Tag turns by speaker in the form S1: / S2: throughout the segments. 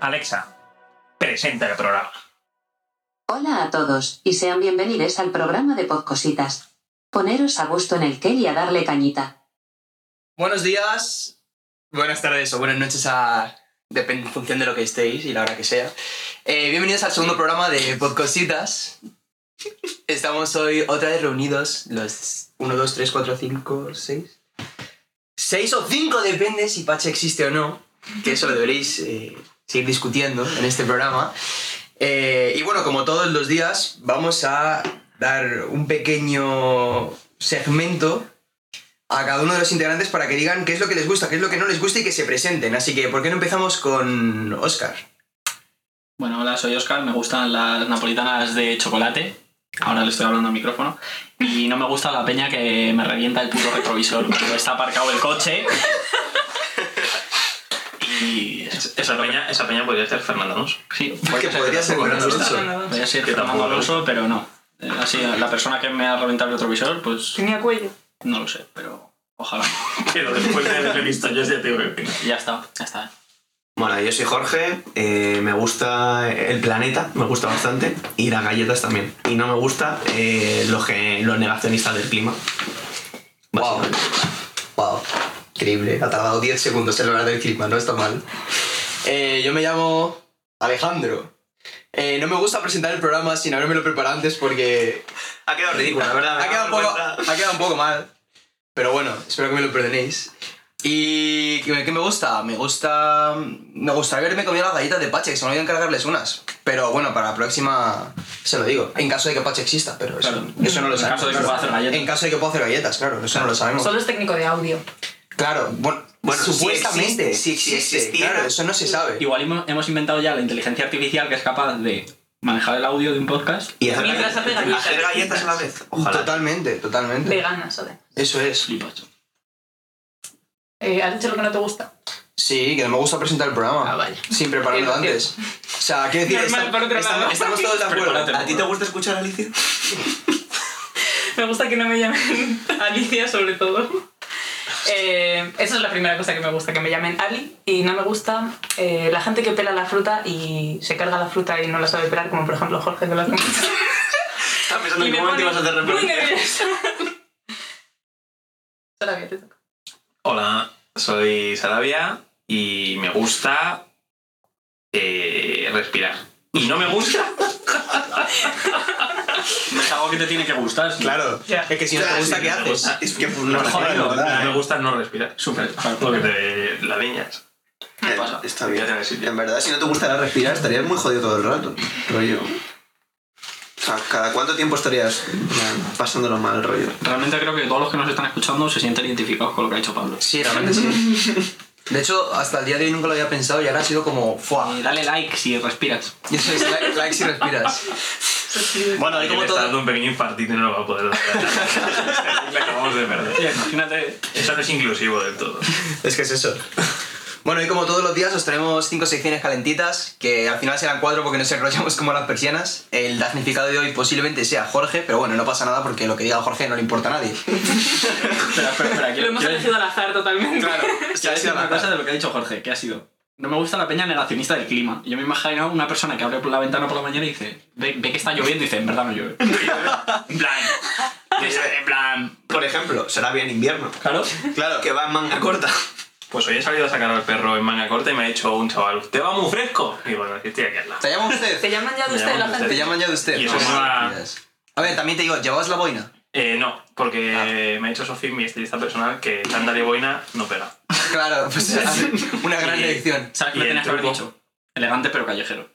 S1: Alexa, presenta el programa.
S2: Hola a todos y sean bienvenidos al programa de Podcositas. Poneros a gusto en el que y a darle cañita.
S3: Buenos días, buenas tardes o buenas noches a... depende- en función de lo que estéis y la hora que sea. Eh, bienvenidos al segundo programa de Podcositas. Estamos hoy otra vez reunidos los 1, 2, 3, 4, 5, 6. 6 o 5 depende si Pache existe o no, que eso lo deberéis eh, seguir discutiendo en este programa. Eh, y bueno, como todos los días, vamos a dar un pequeño segmento a cada uno de los integrantes para que digan qué es lo que les gusta, qué es lo que no les gusta y que se presenten. Así que, ¿por qué no empezamos con Oscar?
S4: Bueno, hola, soy Oscar. Me gustan las napolitanas de chocolate. Ahora le estoy hablando al micrófono. Y no me gusta la peña que me revienta el puto retrovisor cuando está aparcado el coche. Y eso, eso
S1: Esa
S4: es lo que-
S1: peña, esa peña podría ser Fernando Alonso.
S4: Sí,
S3: Que podría ser
S4: tampoco me
S3: Fernando
S4: gusta.
S3: Alonso.
S4: Podría ser
S1: Que
S4: Fernando
S1: tampoco me
S4: Alonso, pero no. Eh, Así, la persona que me ha reventado el retrovisor, pues
S5: Tenía cuello.
S4: no lo sé, pero ojalá.
S1: Pero después de haberlo visto, yo ya tengo que opinar.
S4: Ya está, ya está.
S6: Bueno, yo soy Jorge, eh, me gusta el planeta, me gusta bastante, y las galletas también. Y no me gusta eh, los, que- los negacionistas del clima.
S3: Wow. Wow. Increíble. Ha tardado 10 segundos en hablar del clima, no está mal. Eh, yo me llamo Alejandro. Eh, no me gusta presentar el programa sin habérmelo preparado antes porque
S6: Ha quedado ridículo, la verdad. me
S3: ha quedado, un
S6: da
S3: poco,
S6: vergüenza.
S3: ha quedado un poco mal. Pero bueno, espero que me lo perdonéis. ¿Y qué me- qué me gusta? Me gusta. Me gustaría haberme comido las galletas de Pache, que se me olvidan cargarles unas. Pero bueno, para la próxima se lo digo. En caso de que Pache exista, pero eso,
S4: Claro.
S3: eso no lo
S4: En
S3: sabemos.
S4: caso de que
S3: claro.
S4: pueda hacer galletas.
S3: En caso de que pueda hacer galletas, claro, eso no lo sabemos.
S5: Solo es técnico de audio.
S3: Claro, bueno,
S6: Bueno, si
S3: supuestamente.
S6: existe, si existiera.
S3: claro, eso no se sabe.
S4: Igual hemo- hemos inventado ya la inteligencia artificial que es capaz de manejar el audio de un podcast.
S6: Y hacer
S5: Mientras hace galletas.
S6: hacer galletas a la vez. Ojalá.
S3: Totalmente, totalmente.
S5: Veganas, ¿sabes?
S3: Eso es.
S4: Flipas.
S5: Eh, ¿Has dicho lo que no te gusta?
S3: Sí, que no me gusta presentar el programa.
S5: Ah, vaya.
S3: Sin prepararlo
S5: Qué
S3: antes. O sea, quiero decir,
S5: Normal,
S3: esta-
S5: por otro
S3: esta-
S5: lado.
S3: estamos todos de acuerdo.
S4: Prepárate.
S6: ¿A ti te gusta escuchar Alicia?
S5: Me gusta que no me llamen Alicia, sobre todo. Eh, esa es la primera cosa que me gusta, que me llamen Ali. Y no me gusta eh, la gente que pela la fruta y se carga la fruta y no la sabe pelar, como por ejemplo Jorge, que lo hace mucho.
S6: Estaba pensando
S5: Y
S6: en
S5: me
S6: qué momento
S5: pone
S6: ibas a hacer
S5: muy
S6: referencia.
S5: nerviosa. Sarabia, te toca.
S1: Hola, soy Sarabia y me gusta eh, respirar. Y no me gusta.
S4: No es algo que te tiene que gustar. sí.
S3: Claro,
S5: Ya.
S3: es que si no te gusta, ¿qué haces?
S6: Es que pues,
S1: No,
S6: no,
S1: joder, no,
S6: verdad,
S1: no me gusta no respirar.
S4: Súper.
S1: Porque te la niñas.
S6: eh.
S4: pasa.
S6: Está
S1: Te
S6: bien.
S1: quedas en el sitio.
S6: En verdad, si no te gustara respirar, estarías muy jodido todo el rato. Rollo. O sea, ¿cada cuánto tiempo estarías ya, pasándolo mal, rollo?
S4: Realmente creo que todos los que nos están escuchando se sienten identificados con lo que ha hecho Pablo.
S3: Sí, realmente sí. De hecho, hasta el día de hoy nunca lo había pensado y ahora ha sido como, ¡fuah!
S4: Eh, dale like si respiras.
S3: Y eso es like, like si respiras. Bueno, y
S1: Que le
S3: como
S1: está dando
S3: todo.
S1: un pequeño infartito y no lo va a poder dar. La acabamos de perder.
S4: Imagínate.
S1: Eso no es inclusivo del todo.
S3: Es que es eso. Bueno, y como todos los días os traemos cinco secciones calentitas, que al final serán cuatro porque nos enrollamos como las persianas. El damnificado de hoy posiblemente sea Jorge, pero bueno, no pasa nada porque lo que diga Jorge no le importa a nadie.
S4: Espera, espera, espera.
S5: Lo
S4: Quiero,
S5: hemos
S4: quiero decir-
S5: elegido al azar totalmente.
S3: Claro,
S4: quiero decir una cosa de lo que ha dicho Jorge, que ha sido. No me gusta la peña negacionista del clima. Yo me imagino una persona que abre por la ventana por la mañana y dice, ve, ve que está lloviendo y dice, en verdad no llueve. En plan. que se- En plan.
S6: Por ejemplo, será bien invierno.
S4: Claro.
S6: Claro. Que va en manga corta.
S1: Pues hoy he salido a sacar al perro en manga corta y me ha dicho un chaval, ¿te va muy fresco? Y bueno, es que estoy aquí al lado.
S3: ¿Te llama
S5: ¿Te
S3: usted?
S5: llaman ya de
S1: Me
S5: usted la
S1: llaman de
S3: Te
S5: gente?
S3: llaman ya de usted.
S1: Y eso
S3: No,
S1: es una-
S3: A ver, también te digo, ¿llevabas la boina?
S1: Eh, no, porque
S3: Ah.
S1: me ha dicho Sofía, mi estilista personal, que chándal y boina no pega.
S3: Claro, pues una gran
S1: Y-
S3: elección.
S4: ¿Sabes
S1: ¿Y
S4: qué
S1: el
S4: tenías que haber
S1: truco?
S4: dicho? Elegante pero callejero.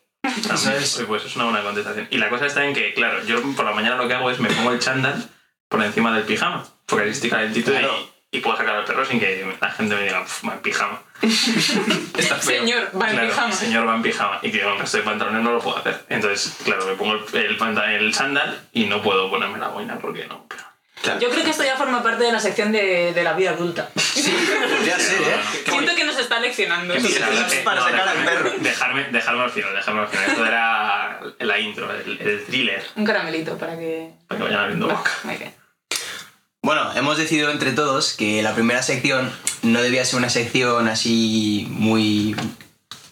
S3: Eso es.
S1: Uy, Pues es una buena contestación. Y la cosa está en que, claro, yo por la mañana lo que hago es me pongo el chándal por encima del pijama, porque así estoy calentito y-
S3: Claro.
S1: y, puedo sacar al perro sin que la gente me diga, "Pf, va en pijama. Está feo.
S5: Señor, va en
S1: Claro,
S5: pijama.
S1: señor va en pijama. Y que con el resto de pantalones no lo puedo hacer. Entonces, claro, me pongo el, el, pantal- el chándal y no puedo ponerme la boina porque no pega.
S5: Yo creo que esto ya forma parte de la sección de, de la vida adulta.
S3: Podría ser, ¿eh?
S5: Siento que nos está leccionando.
S1: Que me
S6: tips
S1: sacaste-
S6: para sacar al
S1: dejarme-
S6: perro.
S1: Dejarme, dejarme al final, dejarme al final. Esto era la intro, el, el thriller,
S5: Un caramelito para que. Ah,
S1: para que vayan abriendo boca.
S5: Muy bien.
S3: Bueno, hemos decidido entre todos que la primera sección no debía ser una sección así muy.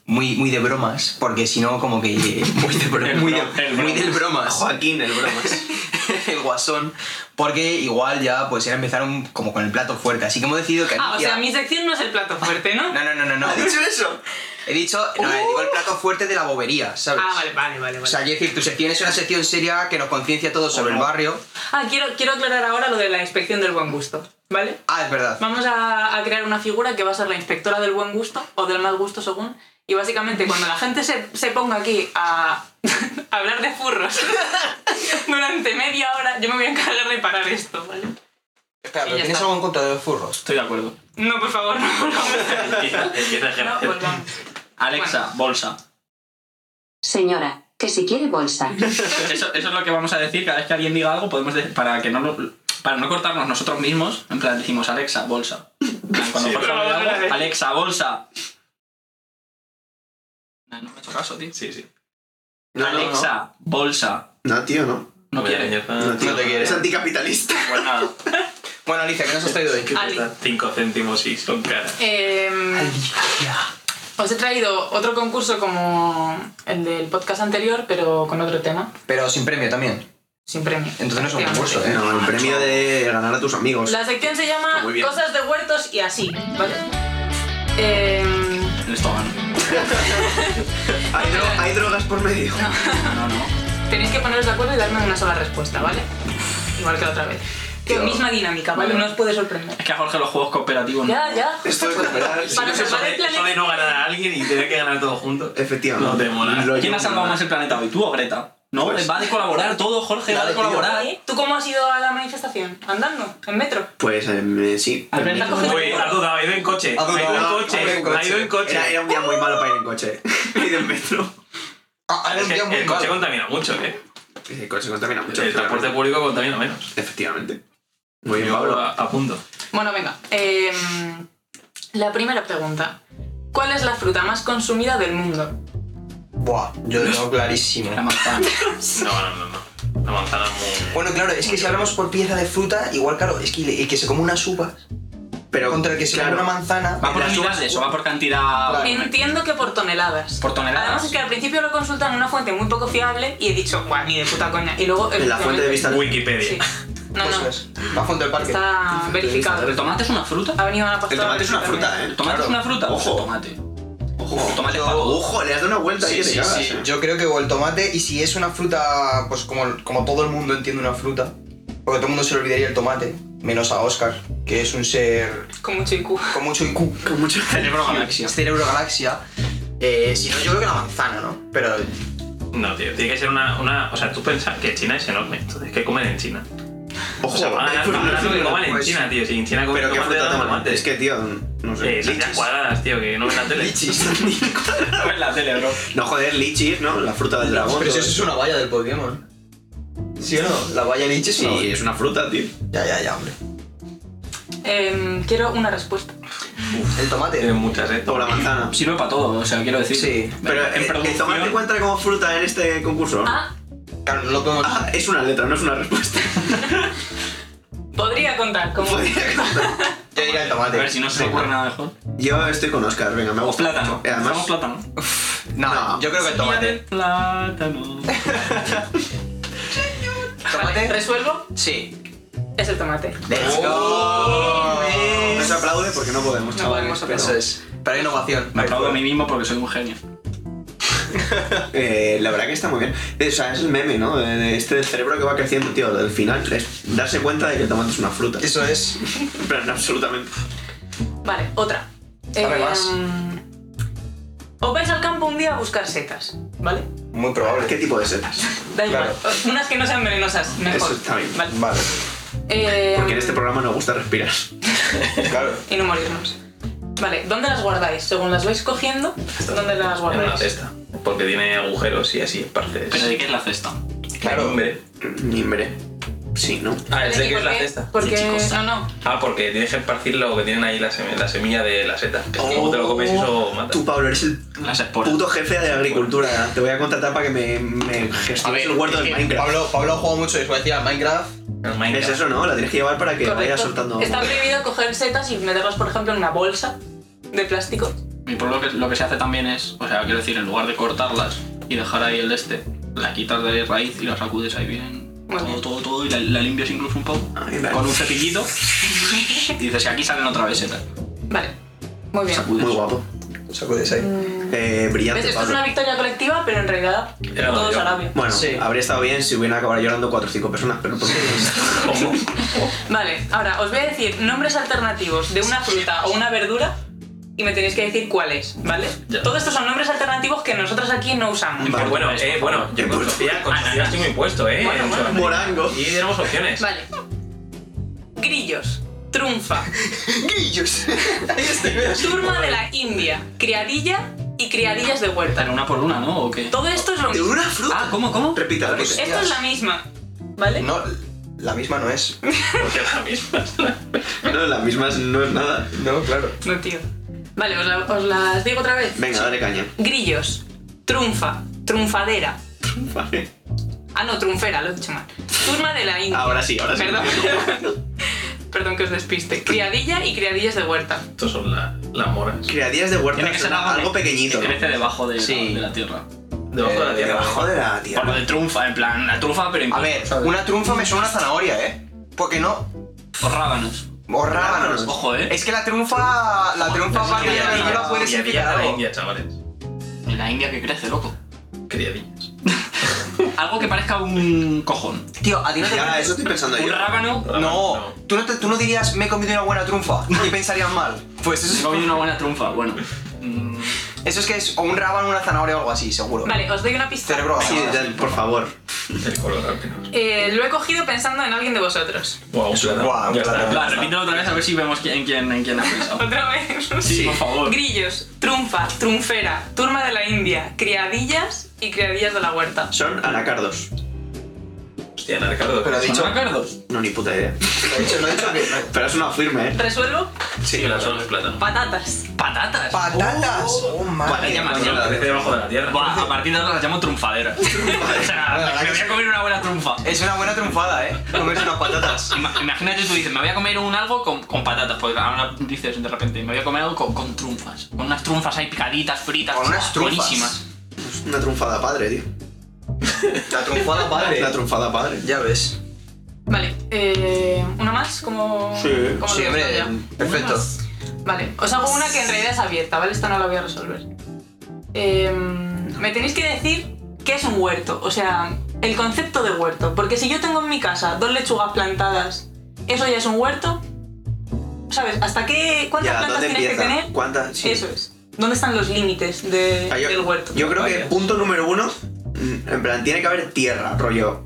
S3: Muy, muy de bromas, porque si no, como que. Muy de bromas.
S1: El
S3: Muy,
S1: bro-
S3: de-
S1: el
S3: muy del
S1: bromas.
S3: bromas.
S6: Joaquín, el bromas.
S3: el guasón. Porque igual ya, pues ya empezaron como con el plato fuerte. Así que hemos decidido que.
S5: Ah, o
S3: Alicia-
S5: sea, mi sección no es el plato fuerte, ¿no?
S3: No, no, no, no. no.
S6: eso?
S3: He dicho. No, digo el plato fuerte de la bobería, ¿sabes?
S5: Ah, vale, vale, vale.
S3: O
S5: vale.
S3: sea, quiero decir, tu sección es una sección seria que nos conciencia a todos sobre el barrio.
S5: Ah, quiero, quiero aclarar ahora lo de la inspección del buen gusto, ¿vale?
S3: Ah, es verdad.
S5: Vamos a, a crear una figura que va a ser la inspectora del buen gusto o del mal gusto, según. Y básicamente, cuando la gente se, se ponga aquí a, a hablar de furros durante media hora, yo me voy a encargar de parar esto, ¿vale?
S3: Espera,
S5: Sí,
S3: ¿pero
S5: ya
S3: ¿tienes
S5: está.
S3: algo en contra de los furros?
S4: Estoy de acuerdo.
S5: No, por favor, no volvamos.
S1: Empieza, empieza
S5: No
S1: a ejercer.
S5: volvamos.
S4: Alexa, bolsa.
S2: Señora, que si quiere bolsa.
S4: Eso, eso es lo que vamos a decir. Cada vez que alguien diga algo, podemos decir, para que no lo- para no cortarnos nosotros mismos, en plan decimos Alexa, bolsa. En plan, Cuando
S1: Sí,
S4: Jorge
S5: pero-
S4: diga algo, Alexa, bolsa. No, no me ha hecho caso, tío.
S1: Sí, sí.
S4: Alexa, bolsa.
S6: No, tío, no.
S4: No quiere.
S6: No, tío.
S3: No te quiere.
S6: Es anticapitalista.
S4: Pues nada.
S3: Bueno, Alicia, ¿qué nos has traído hoy?
S5: Ali.
S1: 5 céntimos y son caras.
S5: Em, os he traído otro concurso como el del podcast anterior, pero con otro tema,
S3: Pero sin premio también.
S5: sin premio.
S3: Entonces no es un concurso, ¿eh?
S6: No, el premio de ganar a tus amigos.
S5: La sección se llama
S6: Muy bien.
S5: Cosas de huertos y así, ¿vale? Em,
S4: El estómago.
S6: Hay, dro- hay drogas por medio.
S4: No, no.
S5: Tenéis que poneros de acuerdo y darme una sola respuesta, ¿vale? Igual que la otra vez. Que misma dinámica, ¿vale?
S4: Vale.
S5: No os puede sorprender.
S4: Es que a Jorge los juegos cooperativos no.
S5: Ya, ya.
S6: Esto es verdad.
S5: Para
S1: Eso
S5: salvar el
S1: de- eso
S5: planeta.
S1: de no ganar a alguien y tener que ganar todos juntos. No
S6: Efectivamente.
S1: te mola.
S6: Lo
S4: ¿Quién
S6: llevo
S4: ha salvado
S6: mal.
S4: más el planeta hoy? ¿Tú o Greta? No,
S6: Pues-
S4: va de colaborar todo, Jorge, va
S6: Claro,
S4: de
S6: tío.
S4: colaborar.
S5: ¿Eh? ¿Tú cómo has ido a la manifestación? ¿Andando? ¿En metro?
S6: Pues em, sí.
S4: Al menos
S5: ¿Has cogido
S1: Uy, ha dudado, ha ido en coche.
S3: Ha
S1: Ha,
S3: dudado,
S1: ido
S3: ha
S1: en
S3: ido
S1: coche.
S3: en coche.
S1: Ha ido en coche.
S6: Era, era un día muy malo para ir en coche. He ido en metro.
S3: Ah, ahora
S1: Es
S3: un
S1: que
S3: día muy
S1: el coche
S3: malo.
S1: contamina mucho, ¿eh?
S6: El coche contamina mucho.
S1: El transporte
S6: efectivamente.
S1: público contamina menos.
S6: Efectivamente. Muy bien,
S1: Yo
S6: Pablo.
S1: a, a punto.
S5: Bueno, venga. em, la primera pregunta. ¿Cuál es la fruta más consumida del mundo?
S3: Buah, yo lo tengo
S4: La
S3: clarísimo.
S4: manzana.
S1: No, no, no, no. La manzana es muy.
S3: Bueno, claro, es que si hablamos por pieza de fruta, igual, claro, es que el que se come unas uvas
S6: Pero
S3: contra el que se
S6: claro,
S3: come una manzana.
S4: Va por
S3: las uvas-
S4: unidades o va por cantidad.
S3: Claro.
S5: Entiendo que por toneladas.
S4: Por toneladas.
S5: Además es que al principio lo consultan en una fuente muy poco fiable y he dicho, guau, ni de puta coña. Y luego...
S6: En la fuente de vista.
S1: Wikipedia.
S5: Sí. No,
S3: Eso
S5: no.
S6: Pues
S3: es. pues, Va a fondo del parque.
S5: Está verificado.
S4: ¿El tomate es una fruta?
S5: Ha venido a la
S6: El
S5: pastora.
S6: tomate es una fruta, ¿eh?
S4: ¿El tomate
S6: Claro.
S4: es una fruta? Pues el
S6: Ojo.
S4: tomate.
S6: Ojo.
S4: el tomate es para todo.
S6: Ojo, le has dado una vuelta ahí
S3: Sí,
S6: que te
S3: sí,
S6: cagas,
S3: sí.
S6: eh.
S3: Yo creo que o el tomate, y si es una fruta, pues como, como todo el mundo entiende una fruta, porque todo el mundo se le olvidaría el tomate, menos a Oscar, que es un ser
S5: Como un chico.
S3: con mucho IQ,
S6: Con mucho
S4: Cerebro galaxia.
S3: cerebro galaxia. Eh, si no, yo creo que la manzana, ¿no? Pero
S1: No, tío, tiene que ser una, una. O sea, tú piensas que China es enorme, entonces, ¿qué comen en China?
S6: Ojo,
S1: O sea, van a
S6: eh,
S1: van a ganar lo que coman en
S6: pues,
S1: China, tío. Si en China comen
S6: Pero qué
S1: tomate,
S6: fruta
S1: dan
S6: tan
S1: tomate.
S6: Es que, tío, no sé.
S1: Eh, sandías cuadradas, tío, que no ven la tele.
S6: Lichis.
S4: En la tele, bro.
S6: No, joder, lichis, ¿no? La fruta del dragón.
S3: Pero si
S6: todo
S3: eso es
S6: eso.
S3: una valla del Pokémon. ¿Sí o no? La valla Nietzsche es una
S6: Sí,
S3: valla.
S6: es una fruta, tío.
S3: Ya, ya, ya, hombre.
S5: Em, quiero una respuesta.
S3: El tomate.
S1: Tienen muchas, ¿eh?
S6: O la manzana.
S4: Sirve para todo, o sea, quiero decir.
S3: Sí,
S6: Pero
S4: en
S6: eh, el
S4: producción.
S6: tomate cuenta como fruta en este concurso. ¿no?
S5: Ah,
S3: Claro, no lo podemos.
S6: Ah, es una letra, no es una respuesta.
S5: podría contar como.
S6: Podría contar.
S3: Yo diría el
S4: A ver
S3: tomate.
S4: si no se te ocurre nada mejor.
S6: Yo estoy con Oscar, venga, me
S4: O
S6: hago
S4: plátano.
S6: Eh,
S4: Hacemos
S6: Además,
S4: plátano.
S3: No,
S6: No.
S3: yo creo que el
S4: Del
S3: tomate.
S4: Plátano.
S5: Vale,
S3: ¿Tomate?
S5: resuelvo,
S3: Sí.
S5: es el tomate.
S3: Let's
S6: Oh,
S3: go.
S6: no se aplaude porque no podemos,
S5: No
S6: chavales.
S5: podemos
S6: pero,
S3: Eso es. Pero hay innovación.
S4: Me aplaudo a mí mismo porque soy un genio.
S6: eh, la verdad que está muy bien. Eh, O sea, es el meme, ¿no? De- de Este del cerebro que va creciendo, tío. Al final, es darse cuenta de que el tomate es una fruta.
S3: Eso es.
S6: En plan, absolutamente.
S5: Vale, otra.
S3: Dame más.
S5: Os vais al campo un día a buscar setas, ¿vale?
S3: Muy probable.
S6: ¿Qué tipo de setas?
S5: Da igual.
S3: Claro.
S5: o- Unas que no sean venenosas, mejor.
S6: Eso está bien.
S5: Vale.
S3: Vale.
S5: Em,
S6: Porque en este programa nos gusta respirar.
S3: Claro.
S5: Y no morirnos. Vale, ¿dónde las guardáis? Según las vais cogiendo, ¿dónde las
S1: En una
S5: guardáis?
S1: cesta. Porque tiene agujeros y así, partes.
S4: ¿Pero de qué es la cesta?
S1: Claro.
S3: Claro.
S1: Hombre.
S6: Mimbre. Sí, ¿no?
S1: Ah, es de
S5: ¿Y
S1: que
S5: por
S1: es la
S5: qué?
S1: cesta.
S5: Porque.
S3: Chicos.
S5: No, no.
S1: Ah, porque tienes que esparcir lo que tienen ahí la, seme- la semilla de la seta. Que como te lo comes eso mata.
S6: Oh, Tú, Pablo, eres el
S4: Las esporas.
S6: puto jefe de agricultura. Te voy a contratar para que me, me gestiones el huerto
S3: es
S6: del
S3: que
S6: Minecraft.
S3: Pablo, Pablo ha jugado mucho de Suecia al Minecraft.
S1: El
S6: Es
S1: Minecraft.
S6: eso, ¿no? La tienes que llevar para que vaya
S5: correcto.
S6: soltando.
S5: Está prohibido coger setas y meterlas, por ejemplo, en una bolsa de plástico.
S4: Y por lo que, lo que se hace también es, o sea, quiero decir, en lugar de cortarlas y dejar ahí el este, la quitas de raíz y la sacudes ahí bien,
S5: Vale.
S4: todo, todo, todo, y la, la limpias incluso un poco
S6: Ahí va.
S4: con un cepillito. Y dices, y aquí salen otra vez setas.
S5: Vale. Muy bien.
S4: Sacudes.
S6: Muy guapo. Sacudes ahí. Eh,
S5: ¿Ves?
S6: brillante,
S5: Esto es
S6: Pablo.
S5: una victoria colectiva, pero en realidad
S1: Era lo
S5: todo
S1: yo.
S5: es Arabia.
S6: Bueno,
S3: Sí.
S6: habría estado bien si hubieran acabado llorando 4 o 5 personas, pero pues, por
S5: Vale, ahora os voy a decir nombres alternativos de una fruta o una verdura y me tenéis que decir cuáles, ¿vale?
S1: Ya.
S5: Todos estos son nombres alternativos que nosotros aquí no usamos.
S1: Pero
S6: Vale.
S1: bueno, eh, bueno, yo con
S5: Ah,
S1: Sofía, con Sofía estoy muy impuesto, eh.
S5: Bueno, bueno.
S1: Ocho.
S6: Morango.
S1: Y tenemos opciones.
S5: Vale. Grillos, trunfa,
S3: ¡Grillos! Ahí estoy, mira.
S5: turma de la India, criadilla y criadillas de huerta.
S4: Pero una por una, ¿no? ¿O qué?
S5: Todo esto es lo
S6: ¿De
S5: mismo.
S6: una fruta?
S4: Ah, ¿cómo, cómo?
S6: Repita, repita.
S5: Esto es la misma, ¿vale?
S3: No, la misma no es.
S1: Porque es la misma.
S6: No, las mismas no es nada.
S3: No, claro.
S5: No, tío. Vale, os, la- os las digo otra vez.
S6: Venga, dale caña.
S5: Grillos, trunfa, trunfadera.
S6: Vale.
S5: Ah, no, trunfera, lo he dicho mal. Turma de la India.
S6: Ahora sí, ahora sí.
S5: Perdón. Perdón que os despiste. Criadilla y criadillas de huerta.
S1: Estos son la- las moras.
S6: Criadillas de huerta,
S4: Tiene que ser
S6: suena
S4: algo,
S6: algo
S4: que-
S6: pequeñito.
S4: que
S6: ¿no?
S4: crece debajo de, la-
S3: Sí.
S4: de la tierra.
S1: Debajo de la
S3: Eh,
S1: tierra.
S6: Debajo de la
S4: Por lo
S6: tierra.
S4: de trunfa, en plan, la trufa, pero
S3: A
S4: incluso-
S3: ver, una trunfa me suena a zanahoria, ¿eh? Porque no.
S4: O rábanos.
S3: O rábanos.
S4: Ojo, ¿eh?
S3: Es que la trunfa. La trunfa va de la
S1: Criadillas
S3: la puede
S1: criadillas de
S3: significar
S1: la
S3: algo.
S1: India, chavales.
S4: En la India que crece, loco.
S1: Criadillas.
S4: Algo que parezca un cojón.
S3: Tío, a ti no te
S6: Ya,
S3: parece-
S6: eso estoy pensando
S4: Un
S6: yo.
S4: rábano.
S3: No, tú no, te- tú no dirías me he comido una buena trunfa y pensarías mal. Pues
S4: Se
S3: eso
S4: come una buena trunfa, bueno. Mm,
S3: es, eso es que es o un rábano, una zanahoria o algo así, seguro.
S5: Vale, os doy una pista.
S3: Cerebro
S6: Sí,
S3: ganado.
S6: ya, por favor.
S1: El color al menos.
S5: Eh, lo he cogido pensando en alguien de vosotros.
S1: Guau, un plátano.
S3: Guau, un
S1: Ya está.
S3: plátano.
S4: Va, repítelo otra vez a ver si vemos qui- en quién, en quién ha pensado.
S5: Otra vez.
S4: Sí, por favor.
S5: Grillos, trunfa, trunfera, turma de la India, criadillas y criadillas de la huerta.
S6: Son anacardos.
S1: Hostia, Ana Ricardo.
S3: Pero ha dicho,
S4: ¿Son acardos?
S6: No, ni puta idea.
S3: ha dicho, no ha dicho que.
S6: Pero ha sonado firme, ¿eh?
S5: Resuelvo
S1: Sí, que las son de plátano.
S5: patatas.
S4: ¿Patatas?
S3: ¡Patatas! ¡Oh, madre!
S4: Vaya,
S1: Bueno,
S4: macho.
S1: crece debajo de la tierra.
S4: Buah, a partir de ahora las llamo trunfaderas. o sea, me voy a comer una buena trunfa.
S3: Es una buena trunfada, ¿eh? Comerse unas patatas.
S4: Ima- Imagínate tú dices, me voy a comer un algo con, con patatas, pues ahora dices de repente, me voy a comer algo con, con trunfas, con unas trunfas ahí picaditas, fritas,
S3: Con unas trunfas.
S4: buenísimas.
S6: Una trunfada padre, tío.
S3: La trunfada
S6: La
S3: padre.
S6: trunfada padre.
S3: Ya ves.
S5: Vale, eh, ¿una más? Como.
S6: Sí,
S5: como
S3: Sí,
S5: lo
S3: hombre,
S5: ya.
S3: perfecto.
S5: Vale, os hago una que en realidad es abierta, ¿vale? Esta no la voy a resolver. Em, me tenéis que decir qué es un huerto, o sea, el concepto de huerto. Porque si yo tengo en mi casa dos lechugas plantadas, ¿eso ya es un huerto? ¿Sabes? ¿Hasta qué. cuántas
S6: Ya,
S5: plantas
S6: ¿dónde
S5: tienes
S6: empieza?
S5: que tener?
S6: ¿Cuántas? Sí.
S5: Eso es. ¿Dónde están los límites de-
S6: O
S3: Ah,
S6: sea, yo,
S5: del huerto?
S6: yo creo que
S1: Varias.
S6: punto número uno, mm, en plan, tiene que haber tierra, rollo.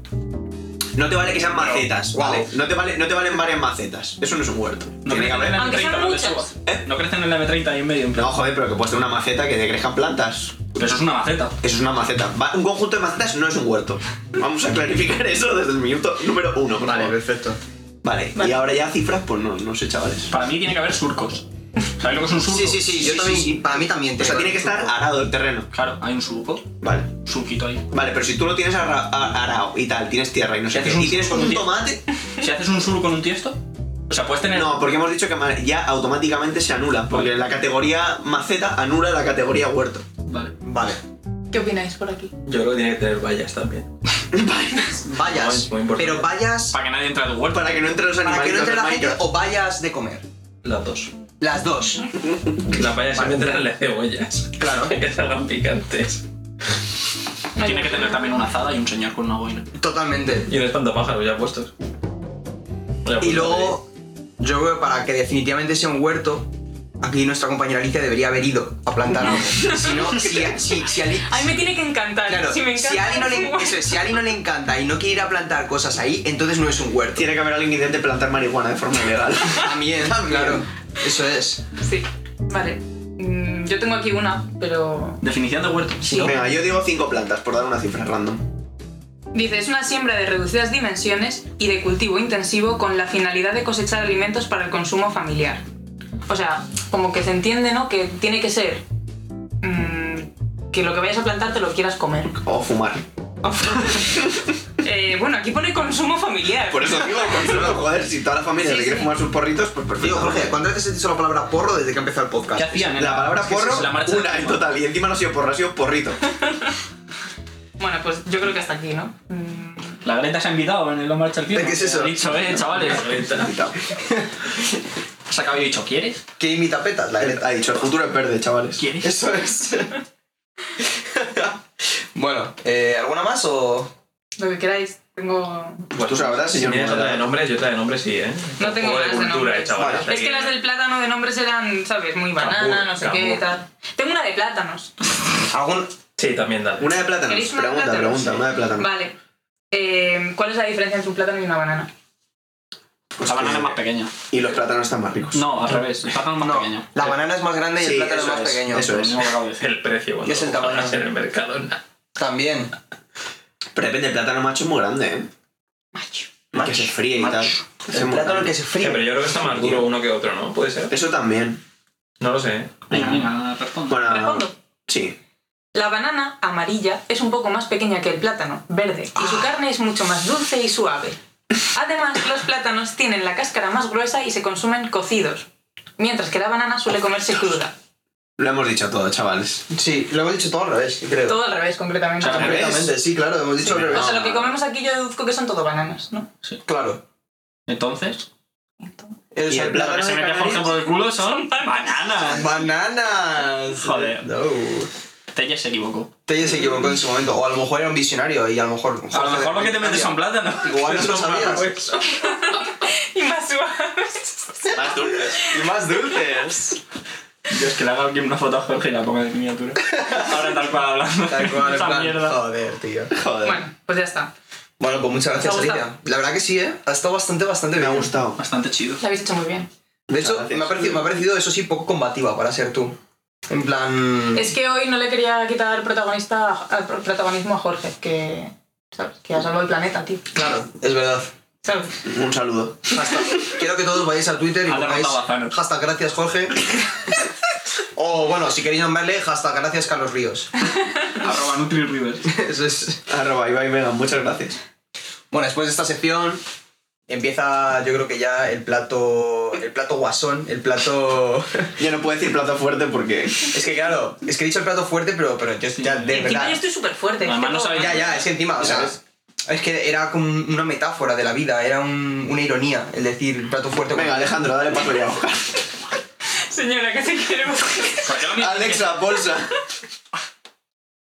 S6: No te vale que sean macetas,
S3: wow.
S6: ¿vale? No te, vale, no te valen varias macetas. Eso no es un huerto.
S4: No
S6: tiene que
S4: crecen en
S6: haber.
S4: la
S5: Aunque
S4: M30,
S5: sean
S4: no
S5: muchas.
S4: lechugas. No crecen en la M30 ahí en medio, en plan.
S6: No, joder, pero que puedes tener una maceta que te crezcan plantas.
S4: Pero eso es una maceta.
S6: Eso es una maceta. Va- un conjunto de macetas no es un huerto. Vamos a clarificar eso desde el minuto número uno, por favor.
S3: perfecto.
S6: Vale, y ahora ya cifras, pues no, no sé, chavales.
S4: Para mí tiene que haber surcos. ¿Sabes lo que es un surco?
S3: Sí, sí, sí, yo
S6: Sí,
S3: también.
S6: sí, sí.
S3: Para mí también.
S6: O sea,
S3: tengo.
S6: tiene que estar arado el terreno.
S4: Claro, hay un surco,
S6: Vale.
S4: un surquito ahí.
S6: Vale, pero si tú lo tienes arra- a- arao y tal, tienes tierra y no sé
S4: Ya
S6: qué,
S4: haces un
S6: y tienes
S4: surco
S6: un
S4: con
S6: tomate.
S4: Si haces un surco en un tiesto, o sea, puedes tener.
S6: No, porque hemos dicho que ma- ya automáticamente se anula, porque la categoría maceta anula la categoría huerto.
S4: Vale.
S3: Vale.
S5: ¿Qué opináis por aquí?
S1: Yo creo que tiene que tener vallas también.
S3: Vallas.
S1: Muy importante.
S3: Pero vallas.
S4: Para que nadie entre a tu huerto.
S6: Para que no entre los
S3: Para
S6: animales.
S3: que no entre la gente o vallas de comer.
S1: Las dos.
S3: Las dos.
S1: Las vallas siempre entran las cebollas.
S3: Claro.
S1: Que salgan picantes.
S4: Tiene que tener también una azada y un señor con una boina.
S3: Totalmente.
S1: Y un espantapájaros ya puestos. Ya
S3: Y
S1: puestos ahí.
S3: luego, yo creo que para que definitivamente sea un huerto, aquí nuestra compañera Alicia debería haber ido a plantar algo. Si no, si, si, si, Ali-
S5: A mí me tiene que encantar.
S3: Claro,
S5: si me encanta.
S3: si, a Ali no
S5: es un
S3: le,
S5: huerto.
S3: eso es, si a Ali no le encanta y no quiere ir a plantar cosas ahí, entonces no es un huerto.
S6: Tiene que haber alguien que intente plantar marihuana de forma ilegal.
S3: También, claro. Eso es.
S5: Sí, vale. Mm, Yo tengo aquí una, pero
S4: Definición de huerto.
S5: Sí.
S6: Venga, yo digo cinco plantas, por dar una cifra random.
S5: Dice, es una siembra de reducidas dimensiones y de cultivo intensivo con la finalidad de cosechar alimentos para el consumo familiar. O sea, como que se entiende, ¿no? Que tiene que ser... mm, que lo que vayas a plantar te lo quieras comer.
S7: O fumar.
S5: Eh, bueno, aquí pone consumo familiar.
S7: Por eso digo, consuelo, joder, si toda la familia
S5: Sí,
S7: se quiere
S5: sí.
S7: fumar sus porritos, pues perfecto.
S3: Tío, Jorge, ¿cuántas veces has dicho la palabra porro desde que empezó el podcast?
S4: ¿Qué hacían? en
S7: La palabra
S4: es que eso
S7: porro,
S4: es la marcha del
S7: una en
S4: tiempo.
S7: total. Y encima no ha sido porro, ha sido porrito.
S5: Bueno, pues yo creo que hasta aquí, ¿no? Mm.
S4: La Greta se ha invitado en el La Marcha del Tiempo.
S3: ¿Qué es eso?
S4: Ha dicho, eh, chavales.
S7: Quitado.
S4: Has acabado y he dicho, ¿quieres?
S3: ¿Qué imita petas? La
S7: Ha dicho, el futuro es verde, chavales.
S4: ¿Quieres?
S3: Eso es.
S8: Bueno,
S3: Eh, ¿Alguna más o...?
S5: Lo que queráis. Tengo...
S7: Pues tú sabrás,
S1: Si
S7: señor.
S1: tienes otra de
S7: moderador.
S1: nombres, yo otra de nombres sí, ¿eh?
S5: No
S1: Un
S5: tengo
S1: poco
S5: más de
S1: de cultura, eh,
S5: nombres.
S1: chavales.
S7: Vale.
S5: Es que las del plátano de nombres eran, ¿sabes? Muy banana,
S1: Cambur,
S5: no sé qué,
S1: cambur.
S5: tal. Tengo una de plátanos.
S3: ¿Algún...?
S1: Sí, también dale.
S7: Una de plátanos.
S5: ¿Queréis una de
S7: Pregunta,
S5: plátanos?
S7: pregunta, una de plátanos.
S5: Vale. Eh, ¿Cuál es la diferencia entre un plátano y una banana?
S7: Pues
S4: la banana
S7: que-
S4: es más pequeña.
S7: Y los plátanos están más ricos.
S4: No, al revés. El plátano es más
S3: No,
S4: pequeño.
S3: la banana es más grande y
S7: Sí,
S3: el plátano es
S7: eso
S3: más
S7: es,
S3: pequeño.
S7: eso
S4: Lo mismo que acabo de decir.
S1: El precio cuando
S3: ¿Qué es el
S1: lo
S3: tamaño?
S1: pagas en el mercado. na.
S3: También.
S7: Pero depende, el plátano macho es muy grande, ¿eh?
S5: Macho.
S7: El Que se fríe y tal. Ese es
S3: El
S7: muy
S3: plátano
S7: grande.
S3: que se
S1: Eh, pero
S3: fríe.
S1: yo creo que está más duro uno que otro, ¿no? ¿Puede ser?
S7: Eso también.
S1: No lo sé. ¿eh?
S4: Venga, venga, responde.
S7: Bueno,
S5: Respondo.
S7: sí.
S5: La banana amarilla es un poco más pequeña que el plátano verde y su carne es mucho más dulce y suave. Además, los plátanos tienen la cáscara más gruesa y se consumen cocidos, mientras que la banana suele comerse cruda.
S7: Lo hemos dicho todo, chavales.
S3: Sí, lo hemos dicho todo al revés, creo.
S5: Todo al revés, concretamente.
S4: O sea,
S5: O
S3: Completamente, sí, claro, hemos dicho al revés.
S5: sea, lo que comemos aquí yo deduzco que son todo bananas, ¿no?
S3: Claro.
S4: Entonces,
S3: O
S7: Y
S3: sea,
S7: el
S3: el
S7: plátano
S3: plátano
S4: lo que se
S3: de
S4: mete Jorge
S3: Canarias-
S4: por el culo son bananas.
S3: ¡Bananas!
S4: Joder.
S3: No.
S4: Telle se equivocó.
S3: Telle se equivocó en su momento. O a lo mejor era un visionario y a lo mejor...
S4: A lo mejor lo que te metes son plátanos.
S3: Igual no lo sabías.
S5: Y más suaves.
S7: Más dulces.
S3: Y más dulces.
S4: Dios, que le haga alguien una foto a Jorge y la ponga de miniatura. Ahora tal cual hablando.
S3: Tal cual, en
S4: Esa
S3: plan,
S4: mierda.
S3: Joder, tío.
S7: Joder.
S5: Bueno, pues ya está.
S3: Bueno, pues muchas gracias,
S5: ¿Te ha gustado?
S3: Alicia. La verdad que sí, ¿eh? Ha estado bastante, bastante
S7: Me ha
S3: bien.
S7: gustado.
S4: Bastante chido.
S5: Lo habéis hecho muy bien.
S3: De hecho,
S7: Muchas gracias.
S3: me ha, parecido, me ha parecido, eso sí, poco combativa para ser tú. En plan...
S5: Es que hoy no le quería quitar protagonista a- a- protagonismo a Jorge, que, ¿sabes? que ha salvado el planeta, tío.
S3: Claro, es verdad.
S5: ¿Sabes?
S7: Un saludo.
S3: Hashtag- Quiero que todos vayáis a Twitter y
S4: Ha derrotado
S3: pongáis
S4: a Thanos.
S3: hashtag gracias Jorge. o bueno, si queréis nombrarle, hashtag gracias Carlos Ríos.
S4: Arroba Nutri Rivers.
S3: Eso es.
S7: Arroba Ibai Vegan, muchas gracias.
S3: Bueno, después de esta sección empieza yo creo que ya el plato el plato guasón, el plato
S7: Yo no puedo decir plato fuerte porque
S3: es que claro, es que he dicho el plato fuerte, pero pero yo ya de
S5: Encima
S3: verdad.
S5: yo estoy súper fuerte.
S4: Además,
S5: es que
S4: no
S5: todo-
S4: sabéis-
S3: Ya, ya, es que encima, o sea,
S7: ¿Sabes?
S3: es que era como una metáfora de la vida, era un- una ironía el decir plato fuerte.
S7: Venga, Alejandro, dale paso ya.
S5: Señora, que te quiero.
S4: Pues
S7: Alexa, bolsa.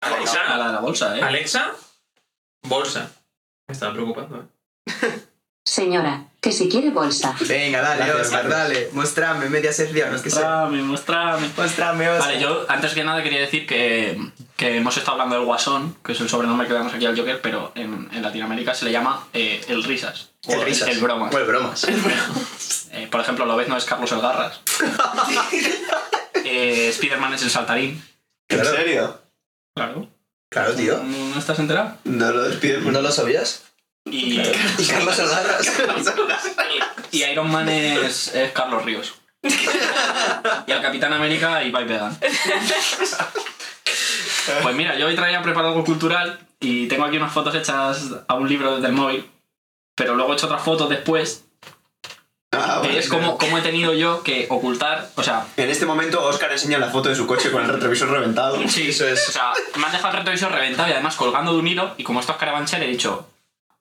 S4: A
S1: Alexa,
S4: la de la bolsa, eh.
S1: Alexa, bolsa. Me estaba preocupando, ¿eh?
S2: Señora, que si quiere bolsa.
S3: Venga, dale,
S7: Gracias,
S3: Oscar,
S7: gracias.
S3: dale, muéstrame media sección, es que sé.
S4: Mostrame, mostrame.
S3: Muéstrame, Oscar.
S4: Vale, yo antes que nada quería decir que, que hemos estado hablando del Guasón, que es el sobrenombre que le damos aquí al Joker, pero en, en Latinoamérica se le llama eh, el Risas. o
S3: El risas.
S4: El Bromas.
S3: O el bromas.
S4: Eh, por ejemplo, Lobezno es Carlos el Garras. eh, Spiderman es el Saltarín.
S7: ¿En
S3: Claro.
S7: serio?
S4: Claro.
S3: Claro, tío.
S4: ¿No, no estás enterado?
S7: No lo despides.
S3: ¿No lo sabías?
S4: Y,
S3: Y Carlos Algarras.
S4: y Iron Man es, es Carlos Ríos. y al Capitán América Ibai Vegan. pues mira, yo hoy traía preparado algo cultural y tengo aquí unas fotos hechas a un libro desde el móvil, pero luego he hecho otras fotos después,
S7: Ah,
S4: que
S7: vale.
S4: es como, como he tenido yo que ocultar, o sea,
S7: En este momento, Oscar enseña la foto de su coche con el retrovisor reventado.
S4: Sí,
S3: Eso
S4: O
S3: es.
S4: sea, me han dejado el retrovisor reventado y además colgando de un hilo. Y como esto es carabanchel, he dicho,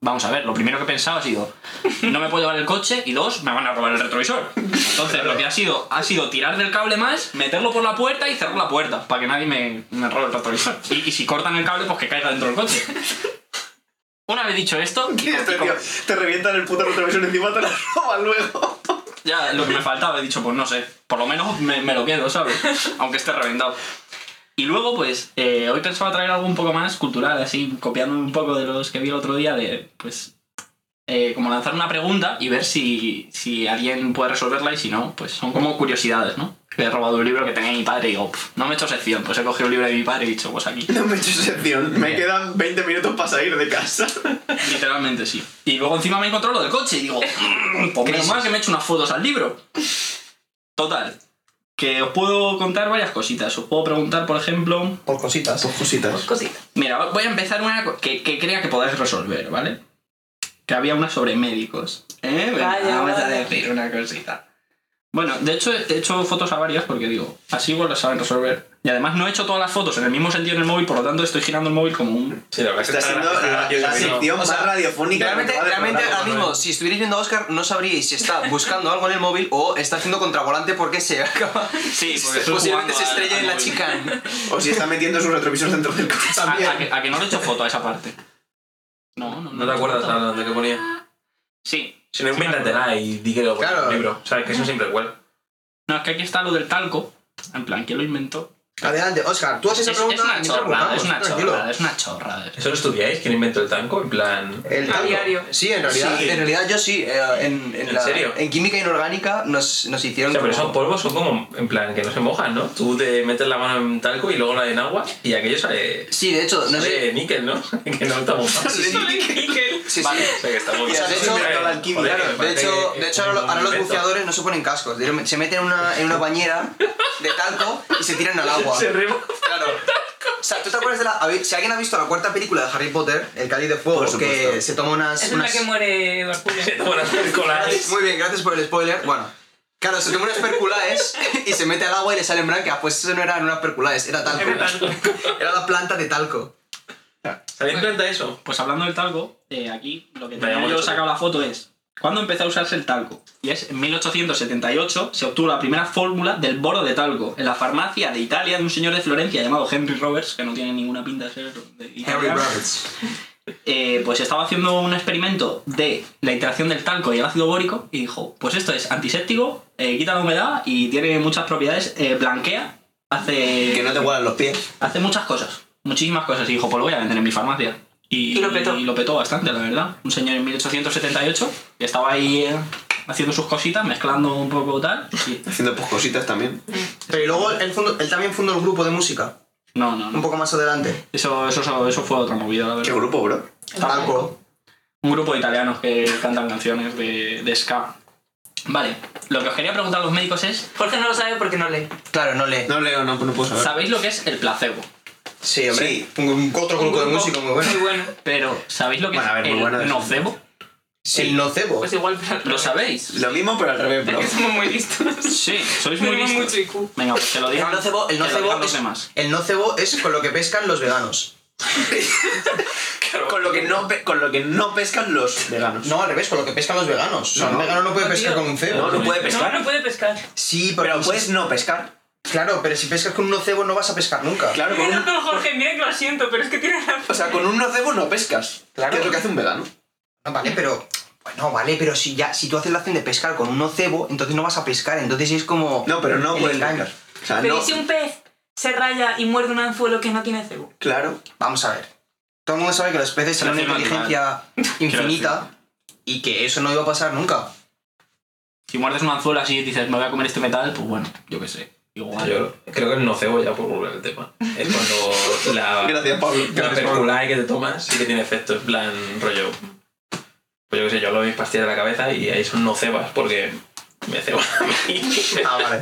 S4: vamos a ver, lo primero que he pensado ha sido, no me puedo llevar el coche y dos, me van a robar el retrovisor. Entonces, lo que ha sido, ha sido tirar del cable más, meterlo por la puerta y cerrar la puerta para que nadie me, me robe el retrovisor. Y, y si cortan el cable, pues que caiga dentro del coche. Una vez dicho esto, y co- y
S7: Este
S4: co-
S7: tío, te revientan el puto retrovisor encima, te lo roban luego.
S4: Ya, lo que me faltaba, he dicho, pues no sé, por lo menos me, me lo quedo, ¿sabes? Aunque esté reventado. Y luego, pues, eh, hoy pensaba traer algo un poco más cultural, así, copiando un poco de los que vi el otro día, de, pues, eh, como lanzar una pregunta y ver si, si alguien puede resolverla y si no, pues son como curiosidades, ¿no? Que He robado un libro que tenía mi padre y digo, "Pf, no me he hecho sección, pues he cogido un libro de mi padre y he dicho, pues aquí.
S7: No me he hecho sección. Me quedan 20 minutos para salir de casa.
S4: Literalmente sí. Y luego encima me encontró lo del coche y digo, "Mm, pues menos mal que me he hecho unas fotos al libro. Total. Que os puedo contar varias cositas. Os puedo preguntar, por ejemplo.
S3: Por cositas.
S7: Dos cositas.
S5: Cosita.
S4: Mira, voy a empezar una co- que, que crea que podáis resolver, ¿vale? Que había una sobre médicos. ¿Eh? Venga,
S5: Vaya,
S4: vamos a
S5: vaya.
S4: decir una cosita. Bueno, de hecho, he hecho fotos a varias porque digo, así igual las saben resolver. Y además no he hecho todas las fotos en el mismo sentido en el móvil, por lo tanto estoy girando el móvil como un.
S1: Sí, la verdad es que
S7: Está siendo
S1: está
S7: la,
S1: gracioso,
S7: la
S1: pero-
S7: sección
S8: O sea,
S7: más radiofónica.
S8: Realmente,
S7: que me va a
S8: realmente
S7: decorar,
S8: ahora mismo, si estuvierais viendo a Oscar, no sabríais si está buscando algo en el móvil o está haciendo contravolante porque se acaba.
S4: Sí, porque estoy
S8: Posiblemente
S4: jugando
S8: se
S4: al-
S8: estrella
S4: al
S8: en la
S4: móvil.
S8: chicana.
S7: O si está metiendo sus retrovisores dentro del coche
S4: A,
S7: también.
S4: a que, a que no le he hecho foto a esa parte. No, no,
S1: ¿No te acuerdas Ana, de qué ponía?
S4: Sí.
S1: Si no, invéntatela y di que lo ponía en
S3: Claro.
S1: un libro. ¿Sabes? Que eso siempre igual.
S4: No, es que aquí está lo del talco. En plan, ¿quién lo inventó?
S3: Adelante, Oscar, tú haces
S4: Es,
S3: esa
S4: es
S3: pregunta
S4: una
S3: mientras
S4: chorrada,
S3: buscamos,
S4: es una
S3: tranquilo.
S4: chorrada, es una chorrada.
S1: ¿Eso lo estudiáis? ¿Quién inventó el tanco? En plan...
S3: El
S5: A
S3: tango.
S5: diario.
S3: Sí, en realidad.
S7: Sí.
S8: En realidad yo sí, eh, en, en
S1: ¿En
S8: la-
S1: serio?
S8: en química inorgánica nos, nos
S1: O
S8: hicieron...
S1: sea, pero
S8: como-
S1: esos polvos son como, en plan, que no se mojan, ¿no? Tú te metes la mano en talco y luego la en agua y aquello sale...
S8: Sí, de hecho, no sé...
S1: sale níquel, ¿no? que no está mojado.
S8: Sí, sí, sí, sí.
S1: O sea, que está muy
S8: Y has
S1: bien.
S8: hecho-
S1: Joder,
S7: la alquimia,
S1: que
S7: claro.
S1: me
S8: De
S1: parece
S8: hecho,
S1: que
S8: de hecho
S1: es
S8: ahora,
S1: un
S8: ahora los
S1: invento.
S8: buceadores no se ponen cascos, directamente se meten en una, en una bañera de talco y se tiran al agua.
S1: Se rema.
S8: Claro. O sea, ¿tú te acuerdas de la... a ver, Si alguien ha visto la cuarta película de Harry Potter, El Cáliz de Fuego,
S7: Por supuesto.
S8: que se toma unas...
S5: Es en la
S8: unas-
S5: que muere Edward
S1: Se
S5: Cullen.
S1: toman las colares.
S8: Muy bien, gracias por el spoiler. Bueno, claro, se toma unas perculaes y se mete al agua y le salen brancas. Pues eso no eran unas perculaes, era talco.
S5: Era talco.
S8: Era la planta de talco.
S1: ¿Sabéis planta eso?
S4: Pues hablando del talco, eh, aquí lo que
S1: Vaya,
S4: tenemos yo
S1: mucho.
S4: sacado la foto es ¿Cuándo empezó a usarse el talco? Y es en 1878 se obtuvo la primera fórmula del boro de talco en la farmacia de Italia de un señor de Florencia llamado Henry Roberts, que no tiene ninguna pinta de ser de
S8: Harry
S4: italiano.
S8: Roberts.
S4: Eh, pues estaba haciendo un experimento de la interacción del talco y el ácido bórico y dijo, pues esto es antiséptico, eh, quita la humedad y tiene muchas propiedades, eh, blanquea, hace...
S3: Que no te guardan los pies.
S4: Hace muchas cosas, muchísimas cosas. Y dijo, pues lo voy a vender en mi farmacia. Y,
S5: Y lo petó.
S4: y lo petó bastante, la verdad. Un señor en 1878 que estaba ahí eh, haciendo sus cositas, mezclando un poco tal. y-
S7: Haciendo pues cositas también.
S3: Pero y luego él, fundó- él también fundó el grupo de música,
S4: No, no,
S3: un
S4: no.
S3: poco más adelante.
S4: Eso, eso, eso, eso fue otra movida, la
S7: ¿Qué
S4: verdad.
S7: grupo, bro?
S3: Talco.
S4: Un grupo de italianos que cantan canciones de, de ska. Vale, lo que os quería preguntar a los médicos es,
S5: Jorge no lo sabe porque no lee.
S8: Claro, no lee.
S7: No leo, no, no puedo saber.
S4: ¿sabéis lo que es el placebo?
S3: Sí, hombre.
S7: Sí.
S3: Un, un otro grupo de música muy bueno.
S5: Muy bueno.
S4: Pero, ¿sabéis lo que
S7: Bueno, a
S4: es
S7: ver, muy
S4: el
S7: buena definición.
S4: nocebo?
S3: El nocebo.
S5: Pues igual, pero...
S4: ¿Lo sabéis?
S7: Lo mismo, pero al revés, bro.
S5: Que somos muy listos.
S4: Sí, sois muy
S5: Tenemos mucho
S4: listos.
S5: IQ.
S4: Venga, pues que lo
S8: El
S4: digan,
S8: nocebo, el
S4: que lo
S8: nocebo
S4: digan los
S8: es,
S4: demás.
S8: el nocebo es con lo que pescan los veganos.
S7: Con lo, que no pe- con lo que no pescan los veganos.
S3: No, al revés, con lo que pescan los veganos. O sea,
S7: No, no.
S3: un vegano no puede
S5: No,
S3: pescar
S5: tío.
S3: con un cebo.
S7: No, no puede
S5: No,
S7: pescar.
S5: no puede pescar.
S3: Sí, pero,
S7: Pero puedes no pescar.
S3: Claro, pero si pescas con un nocebo no vas a pescar nunca.
S7: Claro, con
S5: Mira
S7: un,
S5: con Jorge, mira que lo siento, pero es que tiene razón.
S7: o sea, con un nocebo no pescas.
S3: Claro.
S7: ¿Qué es lo que hace un vegano?
S3: No, vale, pero. Bueno, vale, pero si ya, si tú haces la acción de pescar con un nocebo, entonces no vas a pescar, entonces es como.
S7: No, pero no
S3: el
S7: puedes
S3: engaño.
S7: pescar. O
S6: Ah,
S7: sea,
S5: Pero
S7: no.
S5: ¿y si un pez se raya y muerde un anzuelo que no tiene cebo?
S7: Claro.
S3: Vamos a ver. Todo el mundo sabe que los peces tienen una
S4: Selección
S3: inteligencia infinita y que eso no iba a pasar nunca.
S4: Si muerdes un anzuelo así y dices, me voy a comer este metal, pues bueno, yo qué sé. Igual.
S1: Yo creo que el nocebo, ya por volver al tema, es cuando la,
S7: Gracias, Pablo.
S1: la perculae que te tomas sí que tiene efecto, en plan rollo... Pues yo qué sé, yo lo mis pastillas de la cabeza y ahí son nocebas porque me ceban a mí.
S3: Ah, vale.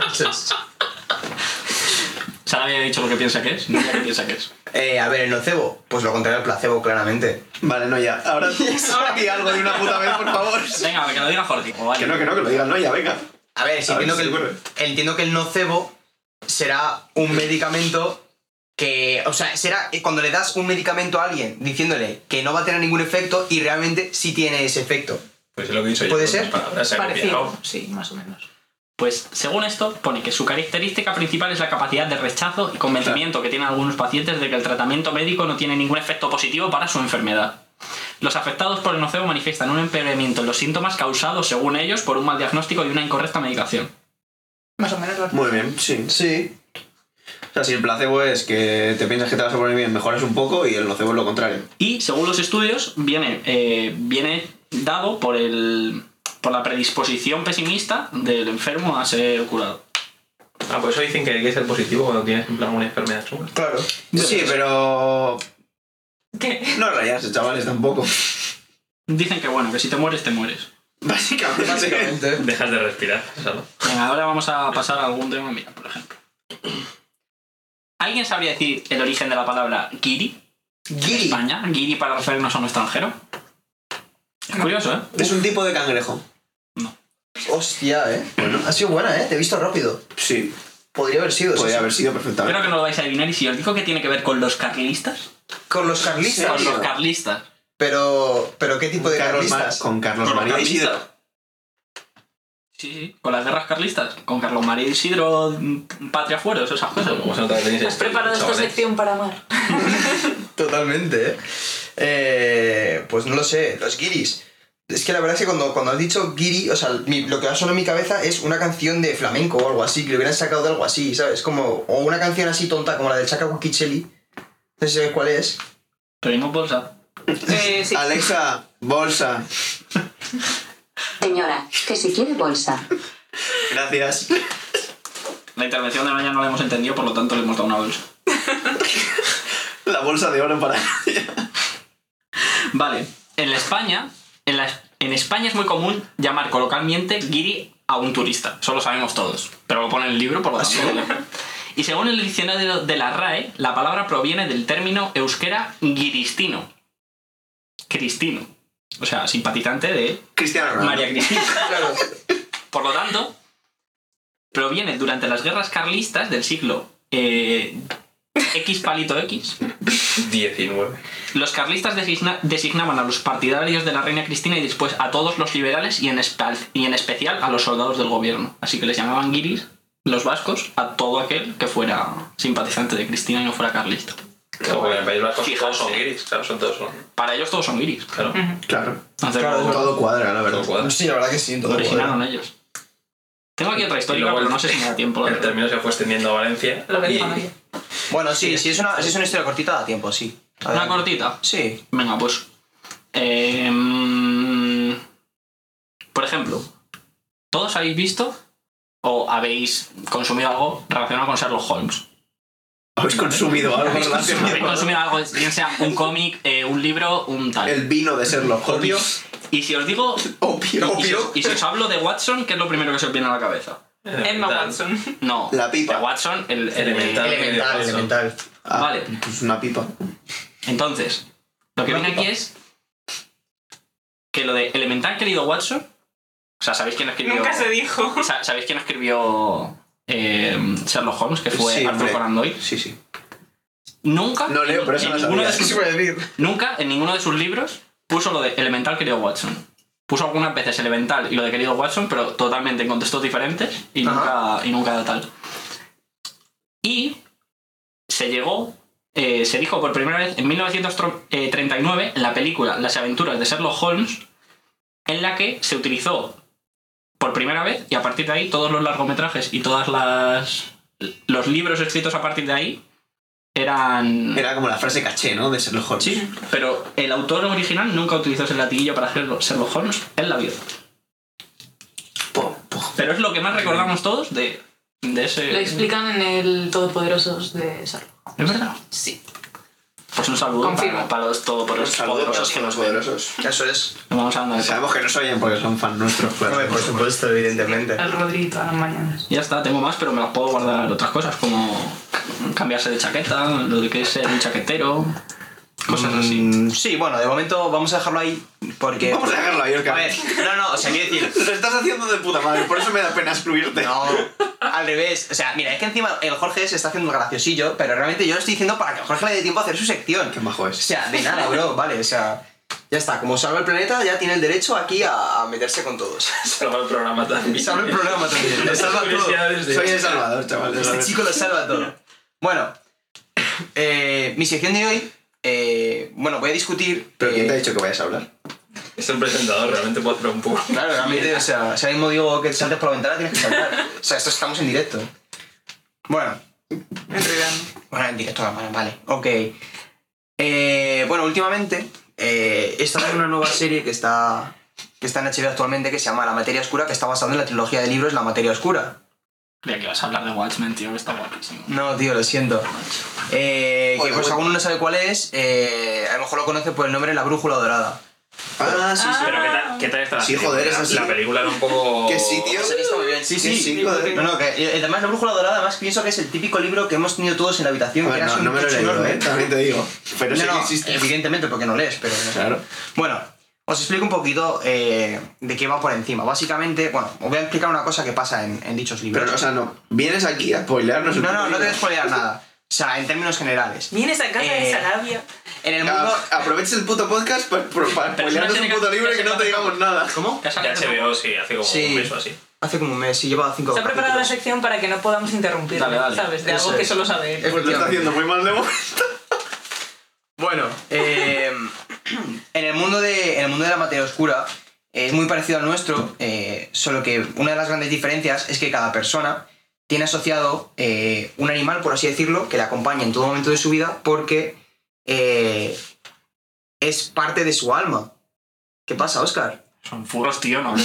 S4: Sara había dicho lo que piensa que es, no lo que piensa que es.
S3: Eh, a ver, el nocebo, pues lo contrario al placebo, claramente.
S7: Vale, no, ya. Ahora di algo de una puta vez, por favor.
S4: Venga, que lo diga Jorge. O
S7: Que
S4: alguien.
S7: no, que no, que lo digas, no, ya, venga.
S3: A ver, si
S7: A ver
S3: entiendo,
S7: si
S3: que
S7: ocurre.
S3: el, entiendo que el nocebo será un medicamento que. O sea, será que cuando le das un medicamento a alguien diciéndole que no va a tener ningún efecto y realmente sí tiene ese efecto.
S1: Pues es lo que he dicho yo.
S3: ¿Puede
S1: con
S3: ser?
S1: mis palabras, se ha
S5: Parecido.
S1: copiado.
S5: Sí, más o menos.
S4: Pues según esto, pone que su característica principal es la capacidad de rechazo y convencimiento que tienen algunos pacientes de que el tratamiento médico no tiene ningún efecto positivo para su enfermedad. Los afectados por el nocebo manifiestan un empeoramiento en los síntomas causados, según ellos, por un mal diagnóstico y una incorrecta medicación.
S5: Más o menos.
S7: Muy bien, sí. Sí. O sea, si el placebo es que te piensas que te vas a poner bien, mejoras un poco y el nocebo es lo contrario.
S4: Y según los estudios, viene, eh, viene dado por el por la predisposición pesimista del enfermo a ser curado.
S1: Ah, pues eso dicen que hay que ser positivo cuando tienes en plan una enfermedad chunga.
S7: Claro. Sí, pero.
S5: ¿Qué?
S7: No rayarse, chavales, tampoco.
S4: Dicen que bueno, que si te mueres, te mueres.
S7: Básicamente.
S3: Básicamente.
S1: Dejas de respirar, ¿sabes?
S4: Venga, ahora vamos a pasar a algún tema, mira, por ejemplo. ¿Alguien sabría decir el origen de la palabra giri?
S3: Giri.
S4: España, giri para referirnos a un extranjero. Es curioso, ¿eh?
S7: Es un tipo de cangrejo.
S3: Hostia, eh. Ha sido buena, eh. Te he visto rápido.
S7: Sí.
S3: Podría haber sido. eso
S7: Podría
S3: sí.
S7: haber sido perfectamente.
S4: Espero que no lo vais a adivinar y si os digo que tiene que ver con los carlistas.
S3: Con los carlistas.
S4: Con los
S3: tío.
S4: carlistas.
S3: Pero, pero ¿qué tipo de
S7: Carlos Ma-
S3: carlistas?
S7: con Carlos María Isidro.
S4: Sí, sí. Con las guerras carlistas. Con Carlos María Isidro, mm, Patria Fueros, esas cosas.
S1: Como se nota que tenéis
S5: ¿Has preparado esta
S1: chavales.
S5: sección para amar?
S3: Totalmente, ¿eh? Eh, Pues no lo sé, los guiris. Es que la verdad es que cuando, cuando has dicho guiri, o sea, mi- lo que ha sonado en mi cabeza es una canción de flamenco o algo así, que lo hubieran sacado de algo así, ¿sabes? Como, o una canción así tonta como la del Chaka Wakicheli. No sé si sabes cuál es.
S4: Pedimos bolsa.
S5: Eh, sí.
S7: Alexa, bolsa.
S2: Señora, que si quiere bolsa.
S7: Gracias.
S4: La intervención de Maya no la hemos entendido, por lo tanto le hemos dado una bolsa.
S7: La bolsa de oro para.
S4: Vale. En la España, en, la- en España es muy común llamar coloquialmente guiri a un turista. Eso lo sabemos todos. Pero lo pone en el libro, por lo tanto. lo leo. Y según el diccionario de la RAE, la palabra proviene del término euskera giristino. Cristino. O sea, simpatizante de
S7: Cristiano Ronaldo.
S4: María Cristina. Por lo tanto, proviene durante las guerras carlistas del siglo eh, X palito X.
S1: 19.
S4: Los carlistas designa- designaban a los partidarios de la reina Cristina y después a todos los liberales y en, espal- y en especial a los soldados del gobierno. Así que les llamaban guiris, los vascos, a todo aquel que fuera simpatizante de Cristina y no fuera carlista.
S1: Claro, porque en el País Vasco
S4: Fijaos,
S1: todos son
S4: eh.
S1: guiris, claro, son todos son.
S4: Para ellos todos son guiris.
S1: Claro.
S7: Claro.
S4: Entonces, luego,
S7: Todo cuadra, la
S1: Todo
S7: verdad.
S1: cuadra.
S3: Sí, la verdad que sí,
S4: lo
S3: todo eh.
S4: originaron ellos. Tengo aquí otra
S1: Y
S4: historia,
S1: luego
S4: pero
S1: el-
S4: no sé si me da tiempo. la
S1: El
S4: verdad.
S1: término se fue extendiendo a Valencia.
S5: Lo que
S1: y
S5: dijo María.
S3: Bueno, sí, si es, una, si es una historia cortita, da tiempo, sí.
S4: Una
S3: Adelante.
S4: cortita.
S3: Sí.
S4: Venga, pues. em, por ejemplo, todos habéis visto o habéis consumido algo relacionado con Sherlock Holmes.
S7: Habéis consumido algo
S4: Habéis
S7: relacionado.
S4: consumido algo, bien sea un cómic, eh, un libro, un tal.
S7: El vino de Sherlock
S4: Obvio.
S7: Holmes.
S4: Y si os digo.
S7: Opio.
S4: Y si, os, y si os hablo de Watson, ¿qué es lo primero que se os viene a la cabeza?
S5: Emma Watson.
S4: No.
S7: La pipa.
S4: De Watson, el. el-
S1: Elemental.
S3: Elemental,
S1: Watson.
S3: elemental.
S7: Ah,
S4: Vale.
S7: Pues una pipa.
S4: Entonces, lo que viene aquí es. Que lo de Elemental, querido Watson. O sea, ¿sabéis quién escribió?
S5: Nunca se dijo.
S4: Sa- ¿Sabéis quién escribió eh, Sherlock Holmes? Que fue
S7: Sí,
S4: Arthur
S7: hombre.
S4: Conan Doyle.
S7: Sí, sí.
S4: Nunca,
S7: No leo,
S4: en-
S7: pero eso
S4: en
S7: lo
S4: ninguno de
S7: sabía.
S4: sus-
S3: iba a decir?
S4: nunca en ninguno de sus libros puso lo de Elemental querido Watson. Puso algunas veces Elemental y lo de querido Watson, pero totalmente en contextos diferentes y
S3: Ajá.
S4: nunca, y nunca tal. Y se llegó, eh, se dijo por primera vez en 1939 en la película Las aventuras de Sherlock Holmes, en la que se utilizó por primera vez y a partir de ahí todos los largometrajes y todas las los libros escritos a partir de ahí eran
S7: Era como la frase caché, ¿no? De Sherlock Holmes.
S4: Sí, pero el autor original nunca utilizó ese latiguillo para hacer Sherlock Holmes, él la vio.
S7: Po, po.
S4: Pero es lo que más recordamos todos de, de
S5: Lo
S4: ese...
S5: explican en el Todopoderosos de Sherlock.
S4: ¿Es verdad?
S5: Sí.
S4: Pues un saludo
S5: Confirmo.
S4: para, para los
S7: Un
S4: todopoderosos
S7: saludo para
S4: poderosos
S7: los
S4: que nos ven.
S7: poderosos.
S3: Eso es.
S4: Vamos hablando de
S7: Sabemos que nos oyen porque son fan nuestros. claro.
S3: Hombre, por supuesto, evidentemente.
S5: El Rodriguito a las mañanas.
S4: Ya está, tengo más, pero me las puedo guardar otras cosas, como cambiarse de chaqueta, lo de que es ser un chaquetero, cosas así.
S3: Mm, Sí, bueno, de momento vamos a dejarlo ahí porque...
S7: Vamos a dejarlo ahí,
S3: A ver, no, no, o sea, quiero decir...
S7: Lo estás haciendo de puta madre, por eso me da pena excluirte.
S3: No, al revés. O sea, mira, es que encima el Jorge se está haciendo el graciosillo, pero realmente yo lo estoy diciendo para que al Jorge le dé tiempo a hacer su sección.
S7: Qué majo
S3: O
S7: es.
S3: sea, de nada, bro, vale, o sea... Ya está, como salva el planeta, ya tiene el derecho aquí a, a meterse con todos.
S1: Salva el programa también.
S3: Salva el programa también, lo
S1: Estas
S3: salva todo.
S1: curiosidades de-
S7: Soy El Salvador, chavales.
S3: Este chico lo salva todo. Bueno, eh, mi sección de hoy... eh, bueno, voy a discutir...
S7: ¿Pero quién te ha
S3: eh,
S7: dicho que vayas a hablar?
S1: Es un presentador, realmente puedo hacer un poco.
S3: Claro, realmente, o sea, si ahora mismo digo que saltes por la ventana, tienes que saltar. O sea, esto estamos en directo. Bueno. Bueno, en directo, vale, vale. Ok. Eh, bueno, últimamente eh, he estado en una nueva serie que está que está en HBO actualmente, que se llama La Materia Oscura, que está basado en la trilogía de libros La Materia Oscura.
S4: Creía que ibas a hablar de Watchmen, tío, que está guapísimo.
S3: No, tío, lo siento. Eh, que
S6: Oye,
S3: pues
S6: bueno.
S3: alguno no sabe cuál es, eh, a lo mejor lo conoce por el nombre La Brújula Dorada.
S6: Ah, sí, sí.
S1: Pero ¿qué tal, qué tal está la
S6: Sí,
S1: serie?
S6: joder,
S1: La-
S6: es así.
S1: La película era un poco...
S6: ¿Qué sitio?
S3: está muy bien, sí,
S6: ¿Qué sitio?
S3: No, no, que eh, además La Brújula Dorada, además pienso que es el típico libro que hemos tenido todos en la habitación, que
S6: Bueno,
S3: era
S6: no,
S3: un
S6: no me lo he
S3: tocho
S6: leído,
S3: enorme.
S6: ¿eh? También te digo. Pero
S3: No,
S6: sé
S3: no, eh,
S6: que existe.
S3: evidentemente porque no lees, pero...
S6: Claro.
S3: Bueno, os explico un poquito eh, de qué va por encima. Básicamente, bueno, os voy a explicar una cosa que pasa en, en dichos libros.
S6: Pero, o sea, no. Vienes aquí a spoilearnos un
S3: no, no,
S6: poco.
S3: no te voy a spoilear nada. O sea, en términos generales.
S5: Vienes a casa
S3: Eh,
S5: de Sarabia.
S3: En el mundo...
S6: Ah, Aproveches el puto podcast para spoilearnos un
S4: tiene
S6: puto
S4: que-
S6: libro y
S4: que
S6: que no
S4: se
S6: te digamos nada.
S3: ¿Cómo?
S4: Que ha
S1: Ya
S4: salido
S1: se veo, sí, hace como
S3: Sí.
S1: un mes o así.
S3: Hace como un mes, sí, llevaba cinco
S5: Se ha preparado la
S3: capítulos.
S5: sección para que no podamos interrumpir,
S4: Dale, dale.
S5: ¿sabes? De
S3: Eso
S5: algo que
S3: es.
S5: solo sabe él.
S6: Pues lo está
S3: Efectivamente.
S6: haciendo muy mal de momento.
S3: Bueno, eh, en, el mundo de, en el mundo de la materia oscura eh, es muy parecido al nuestro, eh, solo que una de las grandes diferencias es que cada persona tiene asociado eh, un animal, por así decirlo, que le acompaña en todo momento de su vida porque eh, es parte de su alma. ¿Qué pasa, Oscar?
S4: Son furros, tío, no.
S5: ¡No,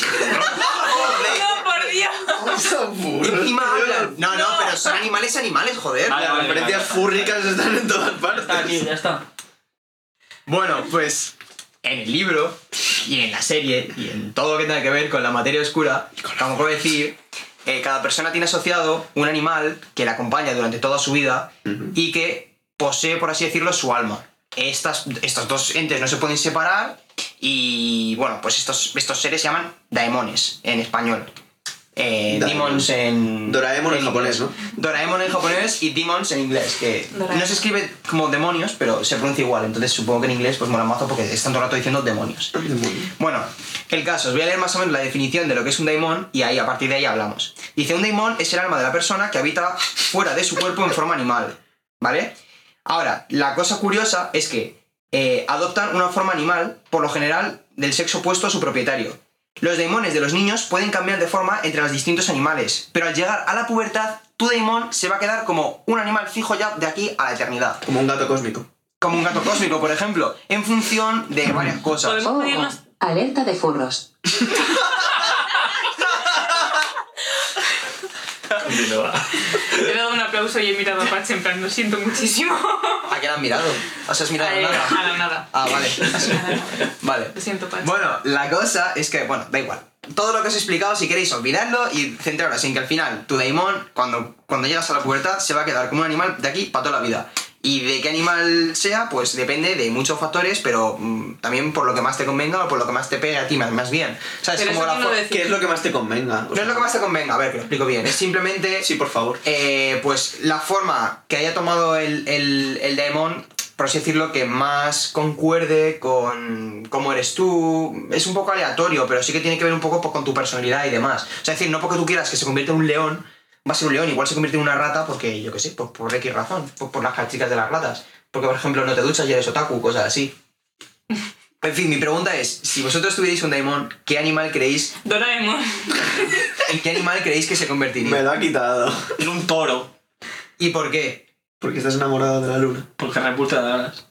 S5: por Dios!
S3: Encima
S6: tío,
S3: hablan. No, no, pero son animales animales, joder.
S4: Vale,
S6: Las
S4: vale,
S6: referencias
S4: vale.
S6: fúrricas están en todas
S4: Está aquí,
S6: partes.
S4: ya está.
S3: Bueno, pues en el libro y en la serie y en todo lo que tenga que ver con la materia oscura, como puedo decir, eh, cada persona tiene asociado un animal que la acompaña durante toda su vida y que posee, por así decirlo, su alma. Estas, estos dos entes no se pueden separar y, bueno, pues estos, estos seres se llaman daemones en español. Eh,
S6: Daemon.
S3: demons en...
S6: Doraemon en
S3: en
S6: japonés, ¿no?
S3: Doraemon en japonés y Demons en inglés, que
S5: Doraemon.
S3: no se escribe como demonios, pero se pronuncia igual, entonces supongo que en inglés pues mola mazo porque están todo el rato diciendo demonios. Bueno, el caso, os voy a leer más o menos la definición de lo que es un daimon y ahí a partir de ahí hablamos. Dice, un daimon es el alma de la persona que habita fuera de su cuerpo en forma animal, ¿vale? Ahora, la cosa curiosa es que eh, adoptan una forma animal, por lo general, del sexo opuesto a su propietario. Los daimones de los niños pueden cambiar de forma entre los distintos animales, pero al llegar a la pubertad, tu daimon se va a quedar como un animal fijo ya de aquí a la eternidad.
S6: Como un gato cósmico.
S3: Como un gato cósmico, por ejemplo, en función de varias cosas.
S5: Podemos
S2: Oh,
S5: pedirnos-
S2: oh, alerta de furros.
S1: Continúa.
S5: He dado un aplauso y he mirado a Pache en plan, lo siento muchísimo.
S3: ¿A qué Ah, la han mirado? ¿Os has mirado
S5: Eh,
S3: nada?
S5: a la nada.
S3: Ah, vale. Vale.
S5: Lo siento, Pache.
S3: Bueno, la cosa es que, bueno, da igual. Todo lo que os he explicado, si queréis, olvidadlo y centraros en que al final tu daimon, cuando, cuando llegas a la pubertad, se va a quedar como un animal de aquí para toda la vida. Y de qué animal sea, pues depende de muchos factores, pero mm, también por lo que más te convenga o por lo que más te pegue a ti, más, más bien. ¿Sabes?
S5: Pero
S3: Como
S5: eso
S3: la
S5: no
S3: fo-
S5: lo decís.
S6: ¿Qué es lo que más te convenga? O
S3: No
S6: sea,
S3: es lo que más te convenga, a ver, que lo explico bien. Es simplemente
S6: Sí, por favor.
S3: eh, pues la forma que haya tomado el, el, el Daemon, por así decirlo, que más concuerde con cómo eres tú, es un poco aleatorio, pero sí que tiene que ver un poco po- con tu personalidad y demás. O sea, es decir, no porque tú quieras que se convierta en un león, va a ser un león, igual se convierte en una rata porque, yo qué sé, pues por, por X razón, por, por las características de las ratas. Porque, por ejemplo, no te duchas y eres otaku, cosas así. En fin, mi pregunta es, si vosotros tuvierais un Daemon, ¿qué animal creéis,
S5: Doraemon.
S3: en qué animal creéis que se
S6: Me
S3: convertiría?
S6: lo ha quitado.
S4: Es un toro.
S3: ¿Y por qué?
S6: Porque estás enamorado de la luna.
S4: Porque repulta de alas.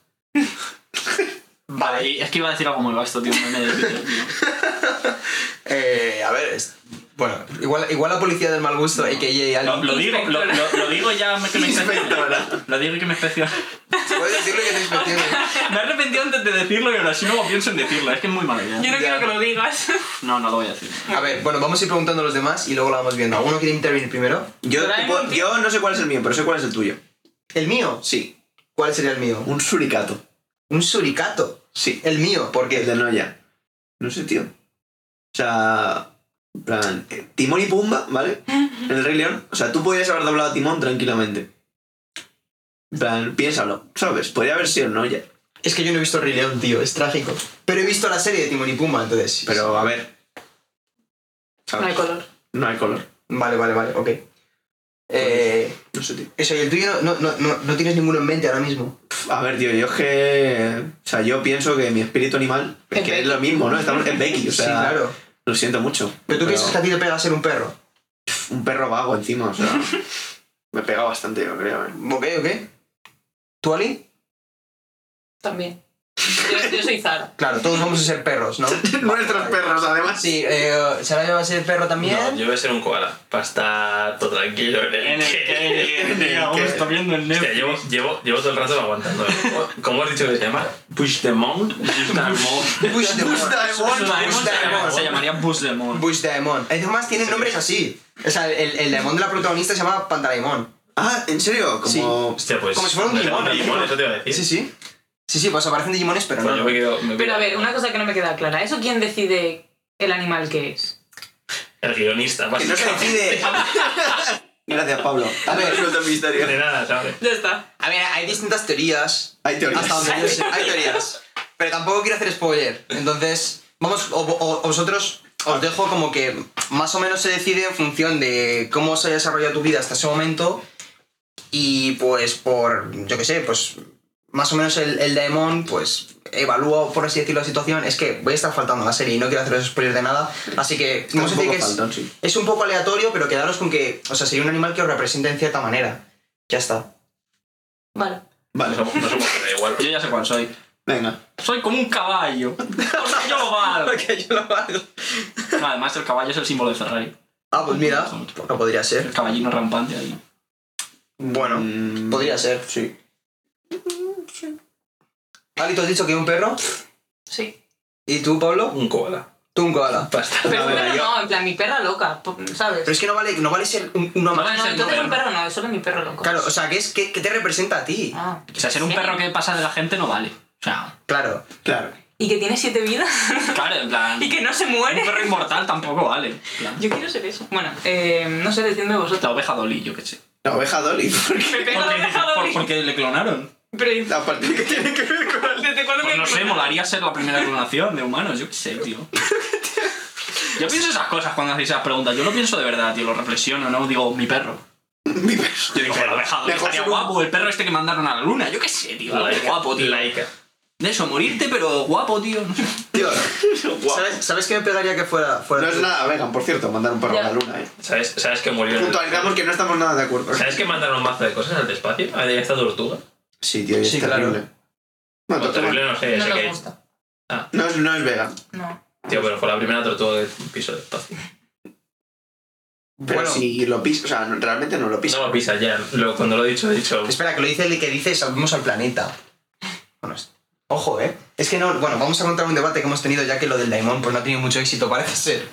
S4: Vale, y es que iba a decir algo muy vasto, tío. un meme de Twitter, tío.
S3: Eh, a ver, es- bueno, igual, igual la policía del mal gusto, a.k.a.
S4: Lo,
S3: alguien.
S4: lo digo, lo, lo- lo digo ya que me inspecciona.
S6: Inspectora.
S4: Lo digo y que me inspecciona.
S3: Puedes decirle que te inspeccionen.
S4: Me he arrepentido antes de decirlo y ahora sí no pienso en decirlo. Es que es muy mala idea.
S5: Yo no quiero que lo digas.
S4: No, no lo voy a decir.
S3: A ver, bueno, vamos a ir preguntando a los demás y luego lo vamos viendo. ¿Alguno quiere intervenir primero?
S6: Yo, te
S5: Doraemon,
S6: puedo-
S5: tío.
S6: yo no sé cuál es el mío, pero sé cuál es el tuyo.
S3: ¿El mío?
S6: Sí,
S3: ¿Cuál sería el mío?
S6: un suricato.
S3: Un suricato.
S6: Sí,
S3: El mío, ¿por
S6: el
S3: qué?
S6: de Noya. No sé, tío. O sea, en plan, eh, Timón y Pumba, ¿vale? En el Rey León. O sea, tú podías haber doblado a Timón tranquilamente. En plan, piénsalo, ¿sabes? Podría haber sido Noya.
S3: Es que yo no he visto el Rey León, tío, es trágico. Pero he visto la serie de Timón y Pumba, entonces.
S6: Pero a ver.
S5: No
S6: ¿sabes?
S5: hay color.
S6: No hay color.
S3: Vale, vale, vale, ok. Eh,
S6: No sé, tío.
S3: eso, y el tuyo no, no, no, no tienes ninguno en mente ahora mismo.
S6: Pf, A ver, tío, yo es que. O sea, yo pienso que mi espíritu animal. Es
S5: Es
S6: que es
S5: Becky.
S6: lo mismo, ¿no? Estamos en Becky, o sea.
S3: sí, claro.
S6: Lo siento mucho.
S3: Pero tú piensas que a ti te pega ser un perro.
S6: Un perro vago encima, o sea. me pega bastante, yo creo, ¿eh?
S3: Ok, ok. ¿Tú, Ali?
S5: También. Yo, yo soy Zara.
S3: Claro, todos vamos a ser perros, ¿no?
S6: Nuestros perros, además.
S3: Sí, eh, Saraya va a ser perro también.
S1: No, yo voy a ser un koala. Para estar todo tranquilo en el
S4: En el que-
S1: que-
S4: en el que a gusto viendo el
S1: Hostia,
S4: Netflix.
S1: llevo, llevo, llevo todo el rato aguantando. ¿Cómo has dicho que se llama? Push the Mount. Push the Mount.
S3: Bush Demon.
S4: Se llamaría-
S3: Bush Demon.
S4: Se llamaría Busdemon.
S3: Bush Daemon. Además tienen nombres así. O sea, el, el Daemon de la protagonista se llama Pantalaimon.
S6: Ah, ¿en serio? Como...
S1: Hostia, pues.
S3: Como si fuera un
S1: Digimon.
S3: Digimon, ¿no?
S1: eso te iba a decir.
S3: Sí, sí. Sí, sí, pues aparecen Digimones, pero
S1: Pues
S3: no.
S1: yo me quedo, me
S5: Pero
S1: quedo-
S5: a ver, una cosa que no me queda clara. ¿Eso quién decide el animal que es?
S1: El guionista,
S6: Que no se
S1: básicamente.
S6: decide. Gracias, Pablo. A ver, resuelto el misterio.
S1: De nada, ¿sabes?
S5: Ya está.
S3: A ver, hay distintas teorías.
S6: Hay teorías.
S3: Hasta donde yo sé. Hay teorías. Pero tampoco quiero hacer spoiler. Entonces, vamos, o, o- o vosotros os dejo como que más o menos se decide en función de cómo se haya desarrollado tu vida hasta ese momento. Y pues por, yo qué sé, pues más o menos el, el Daemon, pues evalúa, por así decirlo, la situación. Es que voy a estar faltando a la serie y no quiero haceros spoiler de nada. Así que,
S6: Está
S3: vamos
S6: un
S3: a decir que
S6: poco
S3: es,
S6: faltón, sí.
S3: es un poco aleatorio, pero quedaros con que, o sea, sería un animal que os represente en cierta manera. Ya está.
S5: Vale.
S1: No
S6: Vale,
S1: somos, no somos nada igual.
S4: Yo ya sé cuál soy.
S6: venga.
S4: Soy como un caballo. Porque yo lo valgo.
S3: yo lo hago.
S4: No, además, el caballo es el símbolo de Ferrari.
S3: Ah, pues mira, no podría
S4: El
S3: ser.
S4: caballino rampante ahí.
S3: Bueno,
S6: Mm,
S3: podría ser.
S6: Sí.
S3: Ali, tú has dicho que un perro.
S5: Sí.
S3: ¿Y tú, Pablo?
S1: Un koala.
S3: Tú un koala.
S1: Basta.
S5: Pero
S6: ver,
S5: bueno,
S6: yo-
S5: no, en plan, mi perra loca, po- ¿sabes?
S3: Pero es que no vale, no vale ser un- uno
S4: No
S3: más.
S4: vale
S5: No,
S4: ser
S5: entonces
S4: un
S5: un perro no, es solo mi perro loco.
S3: Claro, o sea, ¿qué, es, qué, qué te representa a ti?
S5: Ah.
S4: O sea, ser un perro que pasa de la gente no vale. O sea,
S3: Claro.
S6: Claro.
S5: Y que tiene siete vidas
S4: claro, en plan.
S5: y
S4: Un
S5: que no se muere.
S4: perro inmortal tampoco vale. En plan,
S5: Yo quiero ser eso. Bueno, eh, no sé, decidme vosotros.
S4: La oveja Dolly, yo qué sé.
S6: La oveja Dolly. porque
S5: Me pega la
S4: Porque,
S5: oreja
S4: por-
S5: Dolly.
S4: porque le clonaron.
S5: Pero
S6: La parte que tiene que ver con...
S5: ¿desde cuándo
S4: Pues
S5: me
S4: no sé, molaría ser la primera clonación de humanos, yo qué sé, tío. Yo pienso esas cosas cuando hacéis esas preguntas. Yo lo pienso de verdad, tío. Lo reflexiono, ¿no? Digo, mi perro.
S6: Mi perro.
S4: Yo digo, la oveja Dolly
S6: Mejor
S4: estaría
S6: ser un-
S4: guapo. El perro este que mandaron a la luna. Yo qué sé, tío. guapo, tío.
S1: Laica.
S4: De eso, morirte, pero guapo, tío. No sé.
S6: Tío, guau.
S3: ¿Sabes, ¿Sabes qué me pegaría que fuera, fuera
S6: No es
S3: tú?
S6: nada vegan, por cierto, mandar un perro
S5: Ya.
S6: a la luna, eh.
S1: ¿Sabes, sabes que murieron?
S6: Puntualizamos que no estamos nada de acuerdo.
S1: ¿Sabes que mandaron un mazo de cosas al despacio? A esta tortuga.
S6: Sí, tío, y es
S3: Sí, claro.
S6: terrible. Bueno,
S1: O
S6: tortuga.
S1: terrible, no sé.
S5: No
S1: sé
S5: nos
S1: que-
S5: gusta.
S6: No es, no es vegan.
S5: No.
S1: Tío, pero fue la primera tortuga que piso el espacio.
S6: Pero
S3: Bueno,
S6: si lo pisa, o sea, no- realmente no lo pisa.
S1: No lo pisa ya. Lo- cuando lo he dicho, he dicho.
S3: Espera, que lo dice el que dice salvemos al planeta. Bueno, es- ojo, ¿eh? Es que no, bueno, vamos a contar un debate que hemos tenido ya que lo del Daimon pues no ha tenido mucho éxito, parece ser.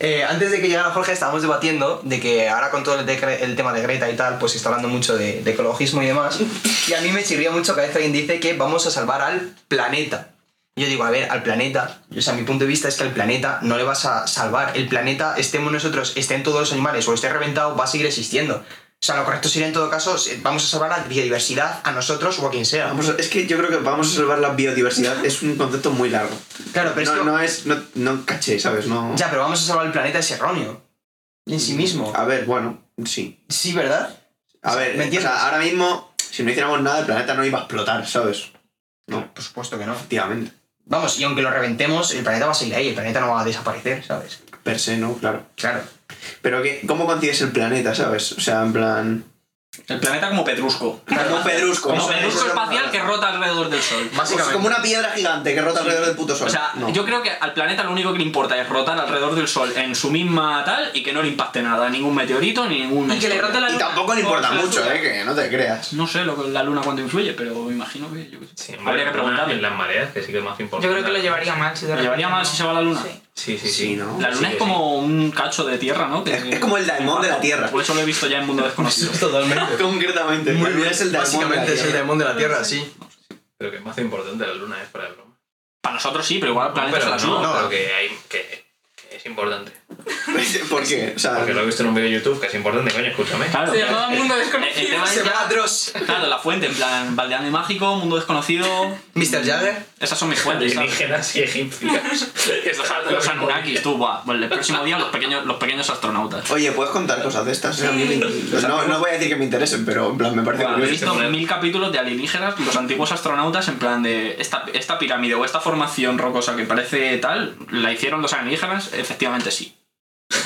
S3: Eh, antes de que llegara Jorge estábamos debatiendo de que ahora con todo el, decre- el tema de Greta y tal, pues se está hablando mucho de, de ecologismo y demás. Y a mí me chirría mucho que a veces alguien dice que vamos a salvar al planeta. Yo digo, a ver, al planeta, o sea, mi punto de vista es que al planeta no le vas a salvar. El planeta, estemos nosotros, estén todos los animales o esté reventado, va a seguir existiendo. O sea, lo correcto sería en todo caso, se- vamos a salvar la biodiversidad a nosotros o a quien sea.
S6: Vamos a- es que yo creo que vamos a salvar la biodiversidad es un concepto muy largo.
S3: Claro, pero
S6: no,
S3: esto-
S6: no es. No, no caché, ¿sabes? No.
S3: Ya, pero vamos a salvar el planeta es erróneo. En sí mismo.
S6: A ver, bueno, sí.
S3: Sí, ¿verdad?
S6: A
S3: Sí,
S6: ver,
S3: ¿me entiendes?
S6: o sea, ahora mismo, si no hiciéramos nada, el planeta no iba a explotar, ¿sabes?
S3: Por supuesto que no.
S6: Efectivamente.
S3: Vamos, y aunque lo reventemos, el planeta va a seguir ahí, el planeta no va a desaparecer, ¿sabes?
S6: Per se, no, claro.
S3: Claro.
S6: Pero que, ¿cómo consigues el planeta, sabes? O sea, en plan.
S4: El planeta como Petrusco.
S6: Como un pedrusco.
S4: Como
S6: eso- eso
S4: pedrusco
S6: es lo
S4: espacial
S6: malo.
S4: que rota alrededor del sol.
S3: Básicamente.
S6: Pues Como una piedra gigante que rota alrededor del puto sol.
S4: O sea,
S6: No.
S4: yo creo que al planeta lo único que le importa es rotar alrededor del sol en su misma tal y que no le impacte nada, ningún meteorito ni ningún.
S5: Y que le rote la
S6: Y
S5: luna.
S6: tampoco le importa
S4: O sea,
S6: mucho,
S4: tú-
S6: ¿eh? Que no te creas.
S4: No sé lo que la luna cuando influye, pero me imagino que. Yo qué sé.
S1: Sí,
S4: Habría que preguntarle.
S1: En las mareas, que sí que es más
S5: Yo
S1: importante.
S5: creo que lo llevaría mal si de
S4: ¿Lo
S5: repente
S4: Ah, llevaría mal
S5: no.
S4: si se va a la luna?
S5: Sí.
S1: Sí, sí, sí.
S6: Sí, ¿no?
S4: La
S1: Sí,
S4: luna es
S1: que sí.
S4: como un cacho de tierra, ¿no? Que-
S6: Es- es como el Daemon de la Tierra.
S4: Por eso lo he visto ya en Mundo Desconocido.
S3: Totalmente.
S6: Concretamente. Muy bien, es el Daemon
S3: Básicamente
S6: de
S3: es
S6: la
S3: el
S6: Tierra.
S3: demon de la Tierra, sí.
S1: Pero que es más importante la luna, es para el broma.
S4: Para nosotros sí, pero igual al planeta
S1: Pero
S4: se la
S1: no,
S4: suda.
S3: no.
S1: pero que, hay, que, que es importante.
S6: ¿Por qué? O sea,
S1: Porque lo he visto en un vídeo de YouTube, que es importante, coño, escúchame.
S4: Claro. Eh,
S5: Se llamaba Mundo
S4: El
S5: Desconocido.
S4: tema es ya- Claro, la fuente, en plan, Valdeane Mágico, Mundo Desconocido.
S3: Mr. Jagger.
S4: Esas son mis fuentes. ¿sabes?
S1: Alienígenas y egipcios.
S4: Los, los Anunnakis, tú, buah. Bueno, el próximo día los pequeños, los pequeños astronautas.
S6: Oye, ¿puedes contar cosas de estas? A mí me- No, no voy a decir que me interesen, pero en plan me parece
S4: Buah, he
S6: curioso.
S4: visto
S1: poner-
S4: mil capítulos de alienígenas, los antiguos astronautas, en plan de esta, esta pirámide o esta formación rocosa que parece tal, ¿la hicieron los alienígenas? Efectivamente sí.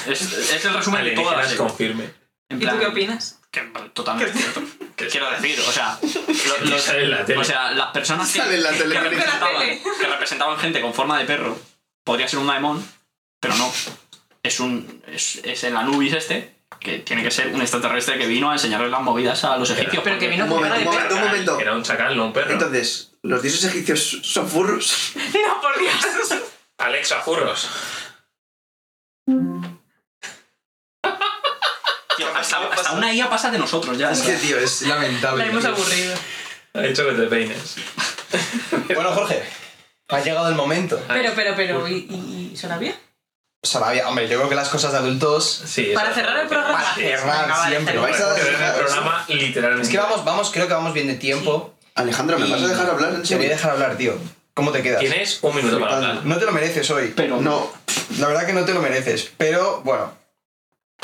S4: Es, es el resumen de todas las
S1: Alienígenas confirme.
S5: ¿Y tú qué opinas?
S4: Que, totalmente cierto. Quiero decir, o sea, lo-
S1: Lo
S4: los-
S1: sale en la tele.
S4: o sea, las personas que,
S6: Sale en la
S4: que
S6: tele.
S4: representaban,
S5: En la tele.
S4: que representaban gente con forma de perro podría ser un Daemon, pero no. Es un es, es el Anubis este, que tiene que ser un extraterrestre que vino a enseñarles las movidas a los egipcios.
S5: Pero que
S4: porque-
S5: vino
S6: Un
S5: con
S6: momento,
S5: cara de perro.
S6: un momento, un momento.
S1: Era un chacal, no un perro.
S6: Entonces, ¿los dioses egipcios son furros?
S5: No, por Dios.
S1: Alexa Furros.
S4: Tío, hasta, hasta una IA pasa de nosotros ya.
S3: Es que, tío, es lamentable.
S5: La hemos
S3: tío.
S5: aburrido.
S1: Ha dicho que te peines.
S3: Bueno, Jorge, ha llegado el momento.
S5: Pero, pero, pero, ¿y, y- y suena bien?
S3: O sea, había- hombre, yo creo que las cosas de adultos.
S1: Sí,
S5: Para
S1: eso.
S5: cerrar el programa.
S3: Para
S5: Sí,
S3: cerrar
S5: acaba de
S3: siempre.
S5: hacer.
S3: Vais a-
S1: Porque en el programa literalmente.
S3: Es que vamos, vamos, creo que vamos bien de tiempo.
S6: Alejandra, ¿me
S3: Y-
S6: vas a dejar hablar
S3: Te
S6: en
S3: voy a
S6: serio?
S3: dejar hablar, tío. ¿Cómo te quedas?
S1: Tienes un minuto para hablar.
S3: No te lo mereces hoy.
S4: Pero
S6: No,
S3: La verdad que no te lo mereces, pero bueno.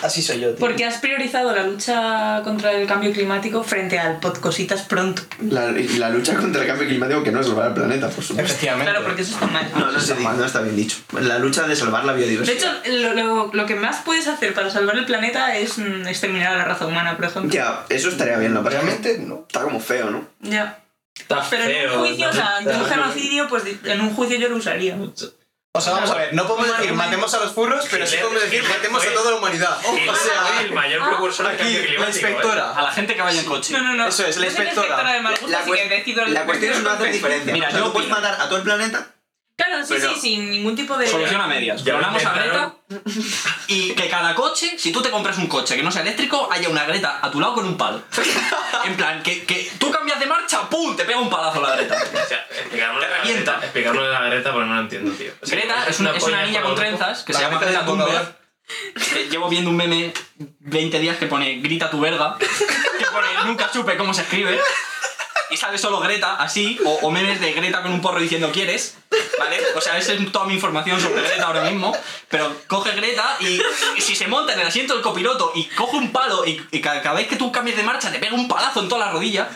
S3: Así soy yo, tío.
S5: Porque has priorizado la lucha contra el cambio climático frente al podcositas pronto.
S6: la, la lucha contra el cambio climático que no es salvar al planeta, por supuesto.
S3: Efectivamente.
S5: Claro, porque eso está mal.
S6: No, no, está, mal, no está bien dicho. La lucha de salvar la
S5: De
S6: biodiversidad.
S5: hecho, lo, lo- lo que más puedes hacer para salvar el planeta es mm, exterminar a la raza humana, por ejemplo.
S6: ya, eso estaría bien, lo que pasa es que
S3: Realmente no.
S6: Está como feo, ¿no?
S5: Ya.
S1: Está
S5: Pero en un
S1: feo,
S5: juicio, o sea,
S1: está-
S5: en un genocidio, pues di- en un juicio yo lo usaría.
S3: O sea, vamos a ver, no podemos decir matemos a los furros, pero sí
S1: Hitler-
S3: podemos decir
S1: Hitler
S3: matemos a
S1: fue-
S3: toda la humanidad.
S1: Hitler
S3: O
S1: fue el
S3: sea,
S5: Ah.
S1: mayor precursor del
S3: aquí,
S1: cambio
S3: la
S1: climático. ¿eh?
S4: a
S3: inspectora.
S4: la gente que vaya en coche.
S5: No, no, no.
S3: Eso es, la
S5: Yo soy
S3: inspectora.
S5: de mal gusto,
S6: La,
S5: así
S6: cuest-
S5: que decido
S6: la cuestión es no hacer diferencia.
S4: Mira,
S6: O sea,
S4: yo
S6: tú puedes
S4: opino.
S6: matar a todo el planeta.
S5: Claro, sí,
S6: Pero-
S5: sí, sin ningún tipo de.
S4: Solución a medias.
S1: ¿eh? Ya lo
S4: Donamos a Greta
S1: intentaron.
S4: y que cada coche, si tú te compras un coche que no sea eléctrico, haya una Greta a tu lado con un palo. En plan, que, que tú cambias de marcha, ¡pum! Te pega un palazo la Greta.
S1: O sea, explicarlo de la
S4: revienta.
S1: Greta, explicarlo de la Greta porque no lo entiendo, tío. O sea,
S4: Greta es una, es
S1: polla
S4: una niña con
S1: por abajo.
S4: trenzas que se
S3: La
S4: llama
S3: Greta
S4: Greta
S3: del Boca
S4: Thunberg. Eh, Llevo viendo un meme 20 días que pone Grita tu verga, que pone nunca supe cómo se escribe. Y sale solo Greta, así, o, o memes de Greta con un porro diciendo quieres, ¿vale? O sea, esa es toda mi información sobre Greta ahora mismo. Pero coge Greta y, y si se monta en el asiento del copiloto y coge un palo y, y ca- cada vez que tú cambies de marcha te pega un palazo en toda la rodilla,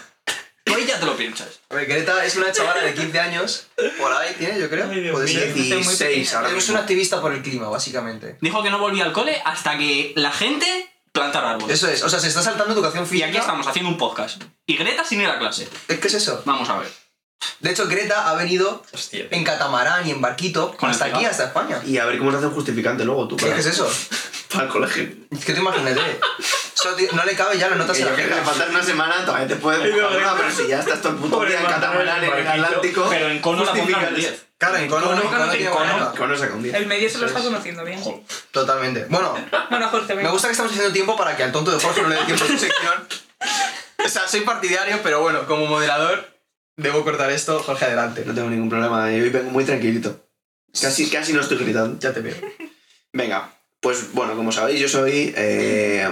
S4: tú ahí ya te lo piensas.
S3: A ver, Greta es una chavala de 15 años, por ahí tiene, yo creo. Puede ser.
S5: Dios. muy
S6: 16 ahora
S3: Es
S6: mismo.
S3: una activista por el clima, básicamente.
S4: Dijo que no volvía al cole hasta que la gente plantara árboles.
S3: Eso es, o sea, se está saltando educación
S4: Y
S3: física.
S4: aquí estamos haciendo un podcast. Y Greta sin ir a clase.
S3: Es que es eso.
S4: Vamos a ver.
S3: De hecho, Greta ha venido
S1: Hostia.
S3: en catamarán y en barquito
S4: Con el
S3: hasta aquí,
S4: pegado.
S3: hasta España.
S6: Y a ver cómo se hace un justificante luego tú
S3: ¿Qué
S6: para,
S3: es eso?
S6: para el colegio.
S3: Es que tú imagínate. Solo te- No le cabe ya, lo notas
S6: Que
S3: en
S6: yo
S3: la
S6: creo que le
S3: jeta.
S6: falta una semana, todavía te puedes
S1: Pero,
S6: buscar una, pero si ya estás todo el puto
S1: Pobre
S6: día en
S1: Manuel,
S6: catamarán, en el
S1: Marquito,
S6: Atlántico.
S4: Pero en cono la pongan en
S6: justificas-
S4: 10.
S3: Claro, en Cono, en Cono tiene buena nota.
S6: Cono saca un 10.
S5: El medio se lo está conociendo bien.
S3: Totalmente. Bueno,
S5: Bueno, Jorge,
S3: me
S5: venga.
S3: gusta que estamos haciendo tiempo para que al tonto de Jorge no le dé tiempo a su sección. O sea, soy partidario, pero bueno, como moderador, debo cortar esto. Jorge, adelante.
S6: No tengo ningún problema, eh. yo hoy vengo muy tranquilito. Casi, casi no estoy gritando.
S3: Ya te veo.
S6: Venga, pues bueno, como sabéis, yo soy eh,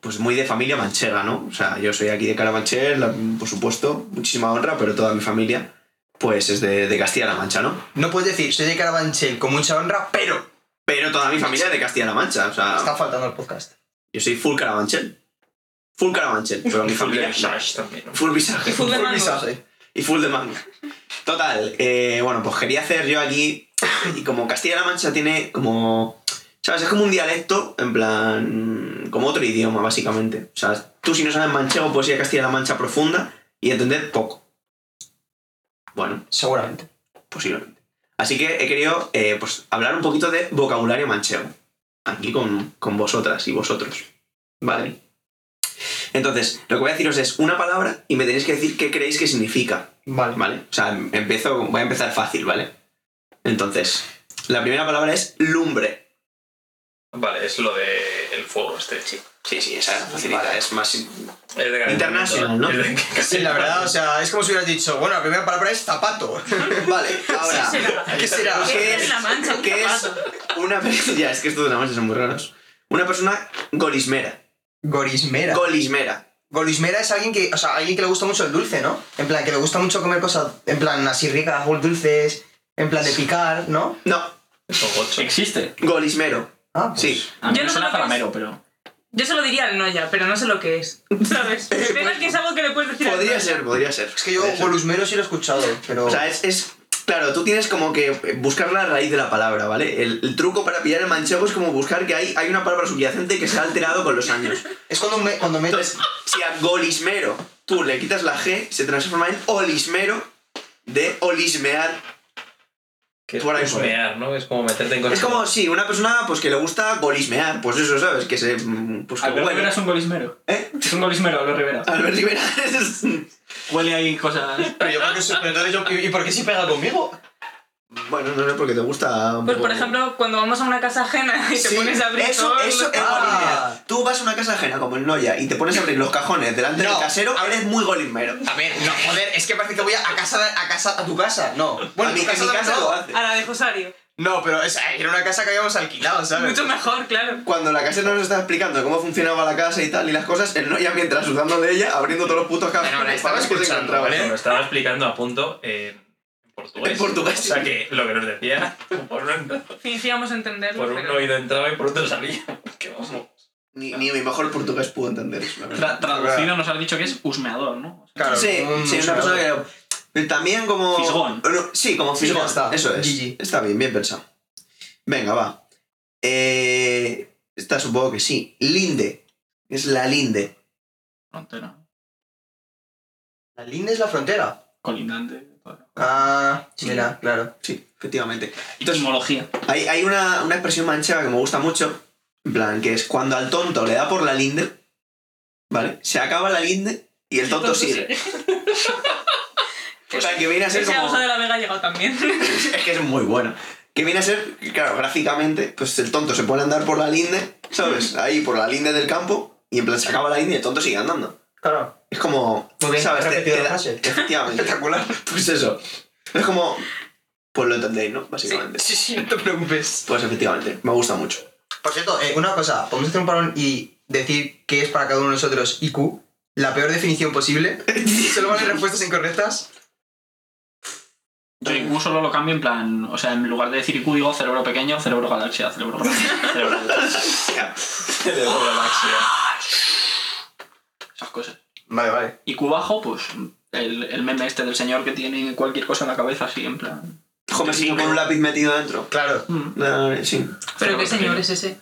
S6: pues muy de familia manchega, ¿no? O sea, yo soy aquí de Carabanchel, la- por supuesto, muchísima honra, pero toda mi familia pues es de, de Castilla-La Mancha, ¿no?
S3: No puedes decir, soy de Carabanchel con mucha honra, pero
S6: Pero toda mi familia es de Castilla-La Mancha, o sea,
S3: está faltando el podcast.
S6: yo soy full Carabanchel. Full Carabanchel, pero mi
S1: Full
S6: familia...
S1: Jack Sash también. ¿no?
S6: Full visaje.
S5: Y full de
S3: Full
S5: mango.
S3: visaje.
S6: y full de manga. Total, eh, bueno, pues quería hacer yo aquí, y como Castilla-La Mancha tiene como, ¿sabes? Es como un dialecto, en plan, como otro idioma, básicamente. O sea, tú si no sabes manchego puedes ir a Castilla-La Mancha profunda y entender poco. Bueno,
S3: Seguramente.
S6: posiblemente. Así que he querido, eh, pues, hablar un poquito de vocabulario manchego. Aquí con, con vosotras y vosotros. ¿Vale? Entonces, lo que voy a deciros es una palabra y me tenéis que decir qué creéis que significa.
S3: Vale.
S6: ¿vale? O sea, empiezo, voy a empezar fácil, ¿vale? Entonces, la primera palabra es lumbre.
S1: Vale, es lo de el fuego este. Sí.
S6: Sí, sí, esa es facilita, es más...
S1: Es de calentamiento.
S6: Internacional, ¿no?
S1: Es de-
S3: Sí, la verdad, o sea, es como si hubieras dicho, bueno, la primera palabra es zapato.
S6: Vale, ahora...
S5: Sí, será.
S3: ¿Qué será?
S6: ¿Qué
S5: Es
S6: es,
S5: la mancha, un
S6: qué es una persona... Ya, es que estos de la mancha son muy raros. Una persona golismera.
S3: Gorismera.
S6: Golismera.
S3: Golismera es alguien que, o sea, alguien que le gusta mucho el dulce, ¿no? En plan, que le gusta mucho comer cosas, en plan, así ricas, o dulces, en plan de picar, ¿no?
S6: No,
S1: Es un gocho.
S4: Existe.
S6: golismero.
S3: Ah, pues.
S6: Sí.
S4: A mí
S5: Yo
S4: me
S5: no
S4: suena
S5: creo que
S4: zaramero, pero.
S5: Yo se lo diría al Noya, pero no sé lo que es. ¿Sabes? Venga, que es algo que le puedes decir al
S6: Eh, pues, Podría
S5: Noya.
S6: ser, podría ser.
S3: Es que yo
S6: Podría ser.
S3: golismero sí lo he escuchado, pero...
S6: O sea, es, es Claro, tú tienes como que buscar la raíz de la palabra, ¿vale? El, el truco para pillar el manchego es como buscar que hay, hay una palabra subyacente que se ha alterado con los años.
S3: Es cuando, me, cuando metes.
S6: Entonces, si a golismero tú le quitas la G, se transforma en olismero de olismear.
S1: Que es
S6: Por ahí, por ahí.
S1: humear, ¿no? Es como meterte en cosas.
S6: Es como si una persona pues que le gusta golismear, pues eso, ¿sabes? Que se... mm, Pues que
S4: Albert
S6: huele.
S4: Rivera es un golismero.
S6: ¿Eh?
S4: Es un golismero, Albert Rivera.
S6: Albert Rivera es-
S4: Huele ahí cosas.
S3: Pero yo creo que eso- pero entonces yo- ¿Y y por qué si pega conmigo?
S6: Bueno, no sé, porque te gusta... un
S5: Pues
S6: poco-
S5: por ejemplo, cuando vamos a una casa ajena y te
S6: Sí,
S5: pones a abrir
S6: eso,
S5: todo
S6: eso
S5: lo-
S6: es
S8: Ah.
S6: golismear. Tú vas a una casa ajena como el Noya y te pones a abrir los cajones delante
S3: No.
S6: del casero, eres muy golismero.
S3: A ver, no, joder, es que parece que voy a, a casa, de- a casa, a tu casa. No.
S6: Bueno,
S3: Bueno,
S6: a mí,
S3: tu
S6: en
S3: casa
S6: mi
S3: también
S6: casa
S3: no.
S6: lo hace.
S5: A la de Rosario.
S3: No, pero es- eh, era una casa que habíamos alquilado, ¿sabes?
S5: Mucho mejor, claro.
S6: Cuando la casera nos está explicando cómo funcionaba la casa y tal y las cosas, el Noya mientras sudando de ella, abriendo todos los putos cajones
S3: Bueno, la estaba
S6: para ver qué se
S3: escuchando,
S6: encontraba.
S1: Me lo estaba explicando a punto en portugués.
S6: En portugués.
S1: O sea que lo que nos decía, por un,
S5: Fingíamos entenderlo.
S1: por un
S5: pero-
S1: oído entraba y por otro salía. Qué oso.
S6: Ni, ni mi mejor portugués pudo entender eso, la
S4: Tra-
S6: verdad.
S4: traducido nos has dicho que es husmeador, ¿no?
S3: Claro,
S6: sí,
S3: un-
S6: sí, una persona que... pero También como...
S4: Fisgón.
S6: Bueno, Sí, como
S3: Sí, ya
S6: fisgón.
S3: está.
S6: Eso es.
S3: GG.
S6: Está bien, bien pensado. Venga, va. Eh, esta supongo que sí. Linde. Es la linde.
S4: Frontera.
S3: La linda es la frontera.
S4: Colindante.
S3: Ah, mira, claro.
S6: Sí, efectivamente.
S4: Etimología.
S6: Hay, hay una, una expresión manchega que me gusta mucho, en plan, que es cuando al tonto le da por la linde, ¿vale? Se acaba la linde y el tonto sigue. O sea, que viene a ser
S5: Ese
S6: como...
S5: abuso de la Vega ha llegado también.
S6: Es que es muy bueno. Que viene a ser, claro, gráficamente, pues el tonto se pone a andar por la linde, ¿sabes? Ahí por la linde del campo y en plan se acaba la linde y el tonto sigue andando.
S3: Claro.
S6: Es como,
S3: Muy bien,
S6: ¿sabes?
S3: has repetido la
S6: da-
S3: frase.
S6: Efectivamente.
S3: Espectacular.
S6: Pues eso. Es como, pues lo entendéis, ¿no? Básicamente.
S3: Sí, sí, no te preocupes.
S6: Pues efectivamente, me gusta mucho.
S3: Por cierto, eh, una cosa, podemos hacer un parón y decir qué es para cada uno de nosotros IQ, la peor definición posible. Solo valen respuestas incorrectas.
S4: Yo incluso solo lo cambio en plan, o sea, en lugar de decir IQ digo cerebro pequeño, cerebro galaxia, cerebro galaxia, cerebro galaxia,
S1: De galaxia.
S4: esas cosas.
S3: Vale, vale.
S4: IQ bajo, pues el, el meme este del señor que tiene cualquier cosa en la cabeza así, en plan...
S6: Joder, sí, con un lápiz metido dentro.
S3: Claro.
S4: mm.
S6: Ah, Sí.
S5: Pero
S4: Cerebro
S5: qué señor
S4: pequeño.
S5: es ese.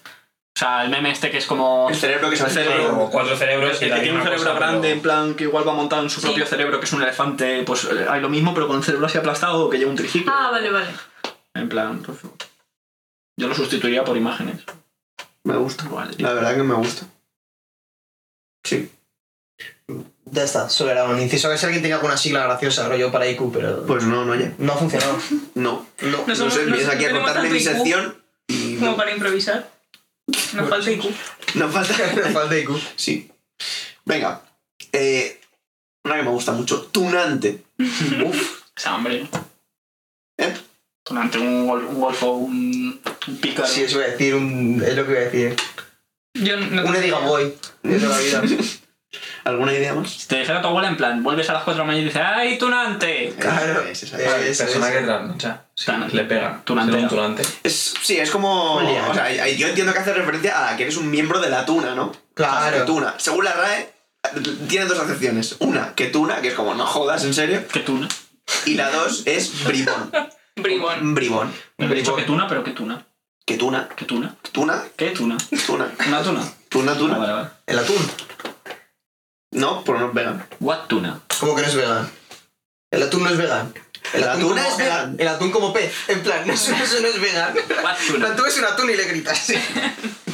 S4: O sea, el meme este que es como...
S6: El cerebro que se hace
S1: Tiene como cuatro cerebros y
S4: El
S1: la
S4: que tiene un
S1: misma
S4: cerebro
S1: cosa, pero-
S4: grande, en plan, que igual va montado en su
S5: Sí.
S4: propio cerebro, que es un elefante, pues eh, hay lo mismo, pero con el cerebro así aplastado, o que lleva un triciclo.
S5: Ah, vale, vale. Ah.
S4: En plan, pues, yo lo sustituiría por imágenes.
S6: Me gusta.
S4: Vale,
S6: La verdad que me gusta. Sí.
S3: Ya está, solo era un inciso. A ver si alguien tenía alguna sigla graciosa, rollo para IQ, pero.
S6: Pues no, no, ya.
S3: No ha funcionado.
S6: No.
S3: No.
S6: No,
S5: somos-
S6: sé,
S5: no
S6: vienes aquí a
S5: tenemos
S6: contarme
S5: tanto
S6: mi
S5: IQ.
S6: sección y
S5: Como
S6: no,
S5: para improvisar. Nos falta IQ.
S6: no falta.
S3: Nos falta IQ.
S6: Sí. Venga. Eh, una que me gusta mucho. Tunante.
S4: Uf, esa hambre.
S6: ¿Eh?
S4: Durante un, gol- un golfo, un, un pícaro.
S3: Sí, eso voy a decir, un... es lo que voy a decir.
S5: Yo no
S3: Un Eddie Gamboy de toda la vida.
S6: ¿Alguna idea más?
S4: Si te dijera tu abuela, en plan, vuelves a las 4 de la mañana y dices, ¡ay, tunante!
S3: Claro.
S6: Esa es, esa es.
S3: Eh,
S1: Es
S3: eso,
S1: persona
S3: eso.
S1: que trasnocha. Sí,
S4: Tan-
S1: le pega.
S4: Tunantera.
S1: Ser un Tunante.
S6: Es- sí, es como.
S3: Julia.
S6: O sea, hay- hay- yo entiendo que hace referencia a que eres un miembro de la tuna, ¿no? O sea, que
S3: Claro.
S6: tuna. Según la RAE, tiene dos acepciones. Una, que tuna, que es como, no jodas, en serio.
S4: Que tuna.
S6: Y la dos es bribón.
S5: Bribón.
S6: Bribón.
S4: Me he dicho que tuna, pero que tuna.
S6: Que tuna.
S4: ¿Qué tuna?
S6: Tuna.
S4: ¿Qué tuna?
S6: Tuna.
S4: ¿Una tuna?
S6: Tuna,
S4: Ah,
S6: tuna.
S4: vale, vale.
S3: El atún.
S6: No, pero no es vegan.
S4: What tuna?
S3: ¿Cómo que no es vegan? El atún no es vegan. El
S6: La tuna
S3: como-
S6: es vegan.
S3: El, el atún como pez. En plan, no, eso, eso no es vegan.
S4: What
S3: Pero
S4: tuna?
S3: tú ves un atún y le gritas. sí.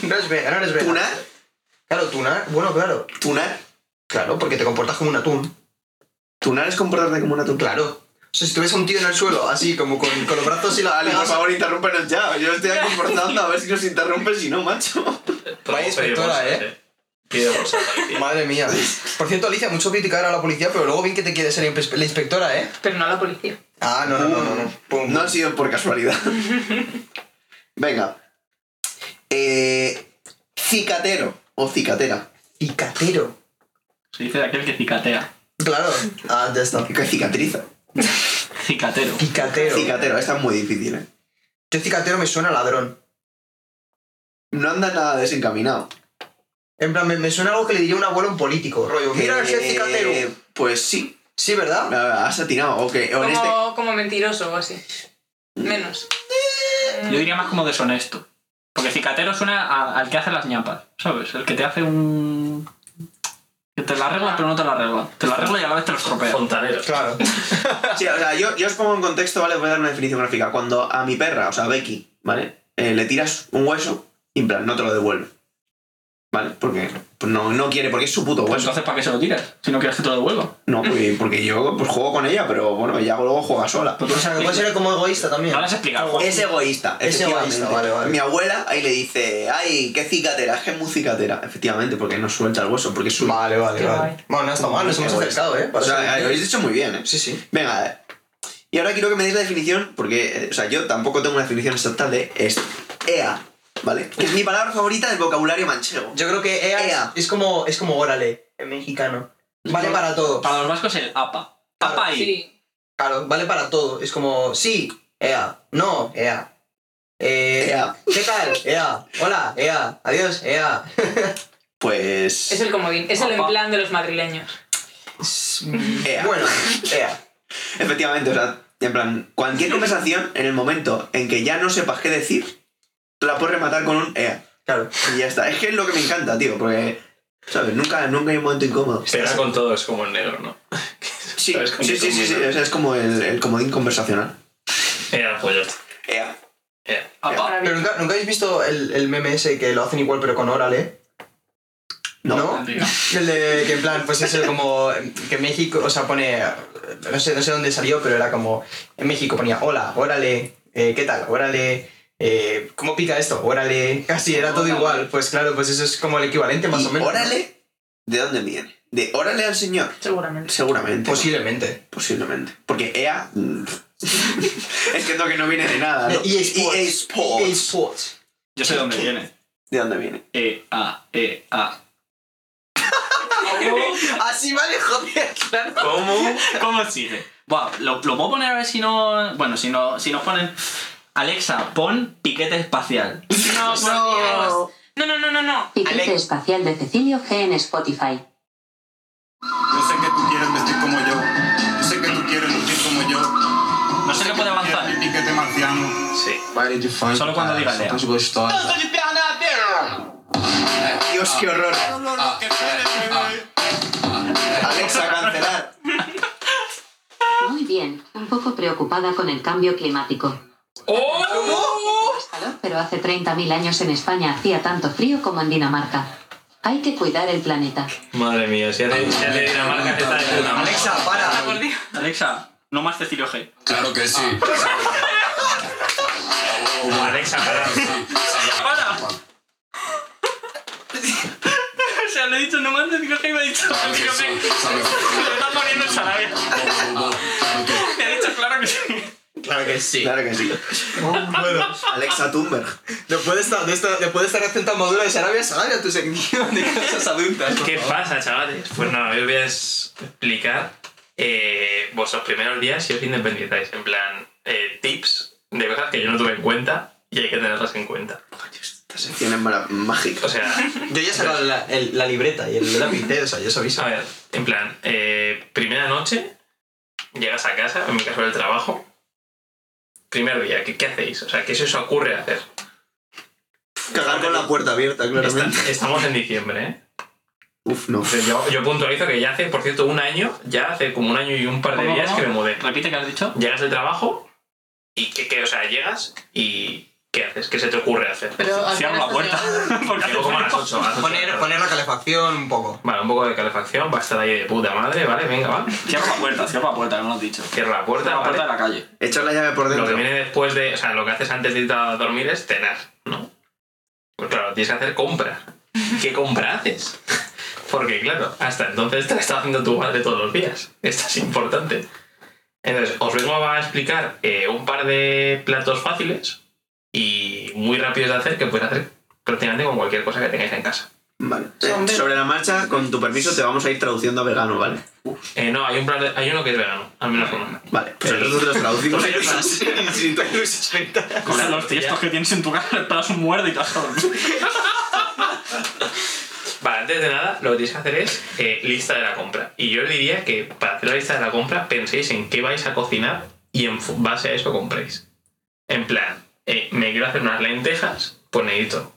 S3: No es vegan, no eres vegan.
S6: Tunar.
S3: Claro, tunar. Bueno, claro.
S6: Tunar.
S3: Claro, porque te comportas como un atún.
S6: Tunar es comportarte como una tuna.
S3: Claro. O sea, si tú ves a un tío en el suelo, así, como con, con los brazos y la...
S6: Ali, por favor, interrúmpenos ya. Yo estoy aquí forzando a ver si nos interrumpen, si no, macho.
S1: Todo
S3: inspectora,
S1: pide bolsas,
S3: ¿eh?
S1: Pide bolsas, policía.
S3: Madre mía. Por cierto, Alicia, mucho criticar a la policía, pero luego bien que te quiere ser inspe- la inspectora, ¿eh?
S5: Pero no a la policía.
S3: Ah, no, no, no, no. no. Pum.
S6: No ha sido por casualidad. Venga. Eh, cicatero o cicatera.
S3: Cicatero.
S4: Se dice de aquel que cicatea.
S3: Claro. Ah, ya está.
S6: Que cicatriza.
S4: Cicatero.
S3: Cicatero.
S6: Cicatero, esta es muy difícil, ¿eh?
S3: Yo cicatero me suena a ladrón.
S6: No anda nada desencaminado.
S3: En plan, me, me suena algo que le diría un abuelo a un político, rollo. Mira
S6: Eh,
S3: ese cicatero.
S6: Pues sí.
S3: Sí, ¿verdad?
S6: Has atinado, o que. O en este.
S5: Como, como mentiroso o así. Menos.
S4: Yo diría más como deshonesto. Porque cicatero suena a- al que hace las ñapas, ¿sabes? El que te hace un. que te la arregla, pero no te la arregla. Te la arregla y a la vez te lo estropea.
S1: Fontanero.
S3: Claro.
S6: Sí, o sea, yo, yo os pongo en contexto, ¿vale? Os voy a dar una definición gráfica. Cuando a mi perra, o sea, a Becky, ¿vale? Eh, le tiras un hueso y en plan, no te lo devuelve. ¿Vale? Porque pues no, no quiere, porque es su puto
S4: Pues
S6: hueso.
S4: entonces, ¿para qué se lo tiras? Si no quieres que te lo devuelva.
S6: No, porque, porque yo pues juego con ella, pero bueno, ella luego juega sola.
S4: Pues tú eres
S3: O sea, que
S4: así.
S3: puede ser como egoísta también.
S4: No lo has explicado.
S6: Es egoísta,
S3: Es egoísta,
S6: efectivamente.
S3: vale, vale.
S6: Mi abuela ahí le dice, ay, qué cicatera, es que es muy cicatera. Efectivamente, porque no suelta el hueso, porque es su...
S3: Vale, vale,
S5: Qué
S3: vale.
S5: guay.
S3: Bueno, no está mal, nos hemos
S6: Egoísta.
S3: acercado, ¿eh?
S6: O
S3: Para
S6: sea,
S3: ser-
S6: lo habéis dicho muy bien, ¿eh?
S3: Sí, sí.
S6: Venga, a ver. Y ahora quiero que me deis la definición, porque, eh, o sea, yo tampoco tengo una definición exacta de esto. EA, ¿vale? Que es mi palabra favorita del vocabulario manchego.
S3: Yo creo que EA,
S6: Ea.
S3: Es, es como es como órale en mexicano. Vale
S4: Yo-
S3: para todo.
S4: Para los vascos, el apa.
S3: Claro,
S4: Apa y.
S5: Sí.
S3: Claro, vale para todo. Es como sí, EA, no, EA. Eh,
S6: Ea.
S3: ¿Qué tal? EA. Hola, EA. Adiós, E EA.
S6: Pues...
S5: Es el comodín. Es el en plan de los madrileños.
S6: EA.
S3: Bueno, EA.
S6: Efectivamente, o sea, en plan, cualquier conversación, en el momento en que ya no sepas qué decir, te la puedes rematar con un EA.
S3: Claro.
S6: Y ya está. Es que es lo que me encanta, tío, porque, ¿sabes? Nunca, nunca hay un momento incómodo.
S1: Pero con todo es como el negro, ¿no?
S6: Sí,
S1: ¿Sabes cómo
S6: sí, sí, sí, sí,
S1: combina?
S6: O sea, es como el, el comodín conversacional.
S1: Era pollo.
S6: EA.
S1: Era.
S4: Apa.
S3: Pero nunca, nunca habéis visto el, el meme ese que lo hacen igual pero con órale.
S6: No.
S4: Tío.
S3: El de que en plan, pues eso como que México, o sea, pone, no sé, no sé dónde salió, pero era como, en México ponía, hola, órale, eh, ¿qué tal? Órale, eh, ¿cómo pica esto? Órale, casi era todo igual, pues claro, pues eso es como el equivalente más
S6: Y
S3: o menos. ¿no?
S6: Órale, ¿de dónde viene? De órale al señor.
S5: Seguramente.
S6: Seguramente.
S3: Posiblemente.
S6: Posiblemente. Porque EA. mm, es que no, que no viene de nada. ¿no? Pues,
S3: EA Sports.
S6: EA Sports.
S3: EA Sports.
S4: Yo sé de dónde viene.
S6: ¿De dónde viene?
S4: E, A, E, A.
S3: Así vale, joder, claro.
S1: ¿Cómo?
S4: ¿Cómo sigue? Buah, lo, lo puedo poner a ver si no. Bueno, si no, si nos ponen. Alexa, pon piquete espacial.
S5: No, por Dios. No, no, no, no, no.
S2: Piquete
S3: Alex-
S2: espacial de Cecilio G en Spotify.
S9: Yo sé que tú quieres vestir como yo. Yo sé que tú quieres lucir como yo.
S4: No se le puede avanzar.
S9: Quieres mi piquete marciano.
S1: Sí.
S4: Solo cuando diga Lea.
S6: Dios, qué horror.
S9: Ah,
S6: Alexa, cancelar.
S2: Muy bien, un poco preocupada con el cambio climático. Hace calor, pero hace 30.000 años en España hacía tanto frío como en Dinamarca. Hay que cuidar el planeta.
S1: Madre mía, si hace, si hace Dinamarca que está de puta madre.
S3: Alexa, para.
S5: Por Dios.
S4: Alexa, no más Cecilio G.
S9: ah. Claro que sí.
S1: Alexa, para.
S4: ¡Para! o sea, le he dicho no más Cecilio G y me ha dicho Cecilio G.
S9: Oh,
S4: Me está poniendo en salaria. Me ha dicho claro que sí.
S3: Claro que sí.
S6: Claro que sí.
S3: Bueno,
S6: Alexa Thunberg.
S3: después de estar, de esta- después de estar acento madura de Sarabia, Sarabia, tu sección de cosas adultas. por
S1: ¿Qué
S3: favor.
S1: pasa, chavales? Pues nada, yo os voy a es- explicar eh, vuestros primeros días si os independizáis. En plan, eh, tips de cosas que yo no tuve en cuenta y hay que tenerlas en cuenta.
S6: Esta sección es mara- mágica.
S1: O sea,
S3: Yo ya he sacado la, el- la libreta y el lápiz, eh, o sea, yo os aviso.
S1: a ver, en plan, eh, primera noche, llegas a casa, en mi caso era el trabajo. Primer día, ¿qué, qué hacéis? O sea, ¿qué se os ocurre hacer?
S6: Cagar con la puerta abierta, claramente.
S1: Esta- estamos en diciembre, ¿eh?
S6: Uf, no.
S1: O sea, Yo, yo puntualizo que ya hace, por cierto, un año, ya hace como un año y un par de
S4: ¿Cómo,
S1: días
S4: cómo?
S1: que me mudé.
S4: Repite que has dicho.
S1: llegas del trabajo y que, que, o sea, llegas y ¿qué haces? ¿Qué se te ocurre hacer?
S5: Pero al
S4: Cierro
S5: final
S4: la
S5: estás
S4: puerta.
S5: llegando.
S4: Porque hace
S1: Llego como a las
S4: frío.
S1: 8, a las 8 de la
S3: Poner,
S1: tarde.
S3: poner la calefacción un poco.
S1: Vale, un poco de calefacción, va a estar ahí de puta madre, ¿vale? Venga, va.
S4: Cierro la puerta, cierro la puerta, que no lo has dicho.
S1: Cierra la puerta,
S4: La
S1: ¿vale?
S4: puerta de la calle.
S6: Echar la llave por
S1: Lo que
S6: dentro.
S1: viene después de, o sea, lo que haces antes de irte a dormir es cenar, ¿no? Pues claro, tienes que hacer compra. ¿Qué compra haces? Porque claro, hasta entonces te la está haciendo tu madre todos los días. Esto es importante. Entonces, os vengo a explicar eh, un par de platos fáciles y muy rápidos de hacer que puedes hacer prácticamente con cualquier cosa que tengáis en casa.
S6: Vale. Eh, Sobre la marcha, con tu permiso, te vamos a ir traduciendo a vegano, ¿vale?
S1: Eh, no, hay, un plato- hay uno que es vegano, al menos uno.
S6: Vale. Pues nosotros te los traducimos.
S1: Pues ya
S6: Sí, sí, sí.
S4: Con
S1: Claro,
S4: los
S1: ya.
S4: tiestos que tienes en tu casa, le pegas un muerde y te vas a dormir.
S1: Vale, antes antes de nada, lo que tienes que hacer es eh, lista de la compra. Y yo os diría que para hacer la lista de la compra, penséis en qué vais a cocinar y en fu- base a eso compréis. En plan, eh, me quiero hacer unas lentejas, pues necesito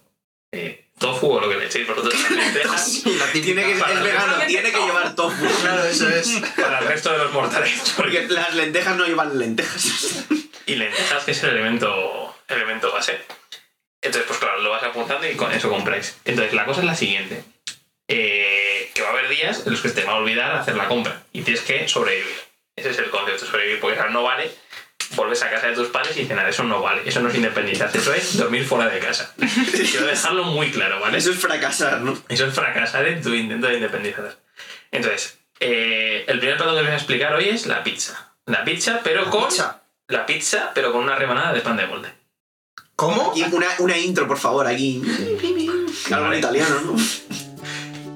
S1: eh, tofu o lo que le echéis vosotros a las lentejas.
S6: Tiene que, es vegano, tiene que llevar tofu.
S3: Claro, eso es.
S1: para el resto de los mortales. porque-
S6: Porque las lentejas no llevan lentejas.
S1: Y lentejas, que es el elemento, elemento base. Entonces, pues claro, lo vas apuntando y con eso compráis. Entonces, la cosa es la siguiente. Eh, que va a haber días en los que te va a olvidar hacer la compra y tienes que sobrevivir. Ese es el concepto, sobrevivir, porque ahora no vale. Vuelves a casa de tus padres y cenar, eso no vale, eso no es independizarse, eso es dormir fuera de casa. Quiero dejarlo muy claro, ¿vale?
S6: Eso es fracasar, ¿no?
S1: Eso es fracasar en tu intento de independizar. Entonces, eh, el primer plato que os voy a explicar hoy es la pizza. La pizza, pero con.
S3: Pizza.
S1: La pizza, pero con una rebanada de pan de molde.
S3: ¿Cómo?
S6: Y una, una intro, por favor, aquí. Algo en
S1: Vale.
S6: italiano, ¿no?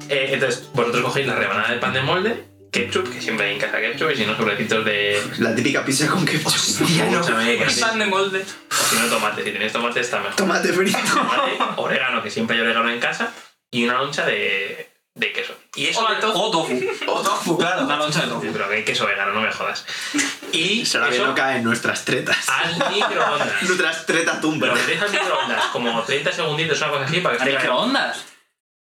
S1: Eh, entonces, vosotros cogéis la rebanada de pan de molde, ketchup, que siempre hay en casa ketchup, y si no, sobrecitos de.
S6: La típica pizza con ketchup.
S1: Escúchame, que
S5: El
S1: sí.
S5: pan de molde.
S1: O si no, tomate. Si tenéis tomate, está mejor.
S6: Tomate frito.
S1: Tomate, orégano, que siempre hay orégano en casa, y una loncha de, de queso. Y eso.
S5: O al tofu.
S4: O tofu.
S6: O tofu, claro.
S4: Una loncha de tofu.
S1: Pero que hay queso vegano, no me jodas. Y
S6: Será que
S1: eso
S6: no caen nuestras tretas.
S1: al microondas.
S6: Ah. Nuestras tretas
S1: Pero
S6: tumbas.
S1: metéis al microondas como 30 segunditos, una cosa así, para que
S4: ¿A
S1: esté claro.
S4: microondas?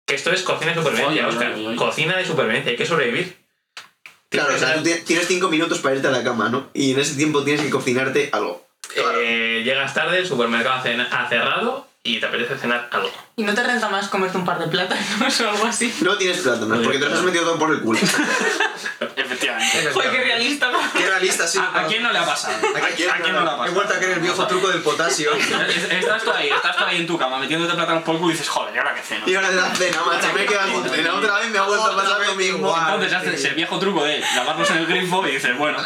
S1: Que esto es cocina de supervivencia,
S4: Oye,
S1: Oscar.
S4: oye, oye.
S1: Cocina de supervivencia, hay que sobrevivir.
S6: Claro, o sea, tú ti- tienes cinco minutos para irte a la cama, ¿no? Y en ese tiempo tienes que cocinarte algo.
S1: Eh, llegas tarde, el supermercado ha cen- ha cerrado y te apetece cenar algo.
S5: ¿Y no te renta más comerte un par de plátanos o algo así?
S6: No tienes plátanos, porque te los has metido todo por el culo.
S4: Efectivamente.
S5: Joder, qué realista.
S3: Qué realista, sí.
S4: ¿A, a quién no le ha pasado?
S3: ¿A quién
S4: a quién no le ha pasado?
S3: He vuelto a creer el viejo truco del potasio.
S4: Es- Estás tú ahí, estás tú ahí en tu cama metiéndote plátanos por el culo y dices, joder, ¿y ahora qué ceno?
S6: Y ahora de la cena, macho, me he quedado con cena. Otra vez me ha vuelto a pasar lo mismo.
S4: Entonces haces el viejo truco de lavarnos en el grifo y dices, bueno,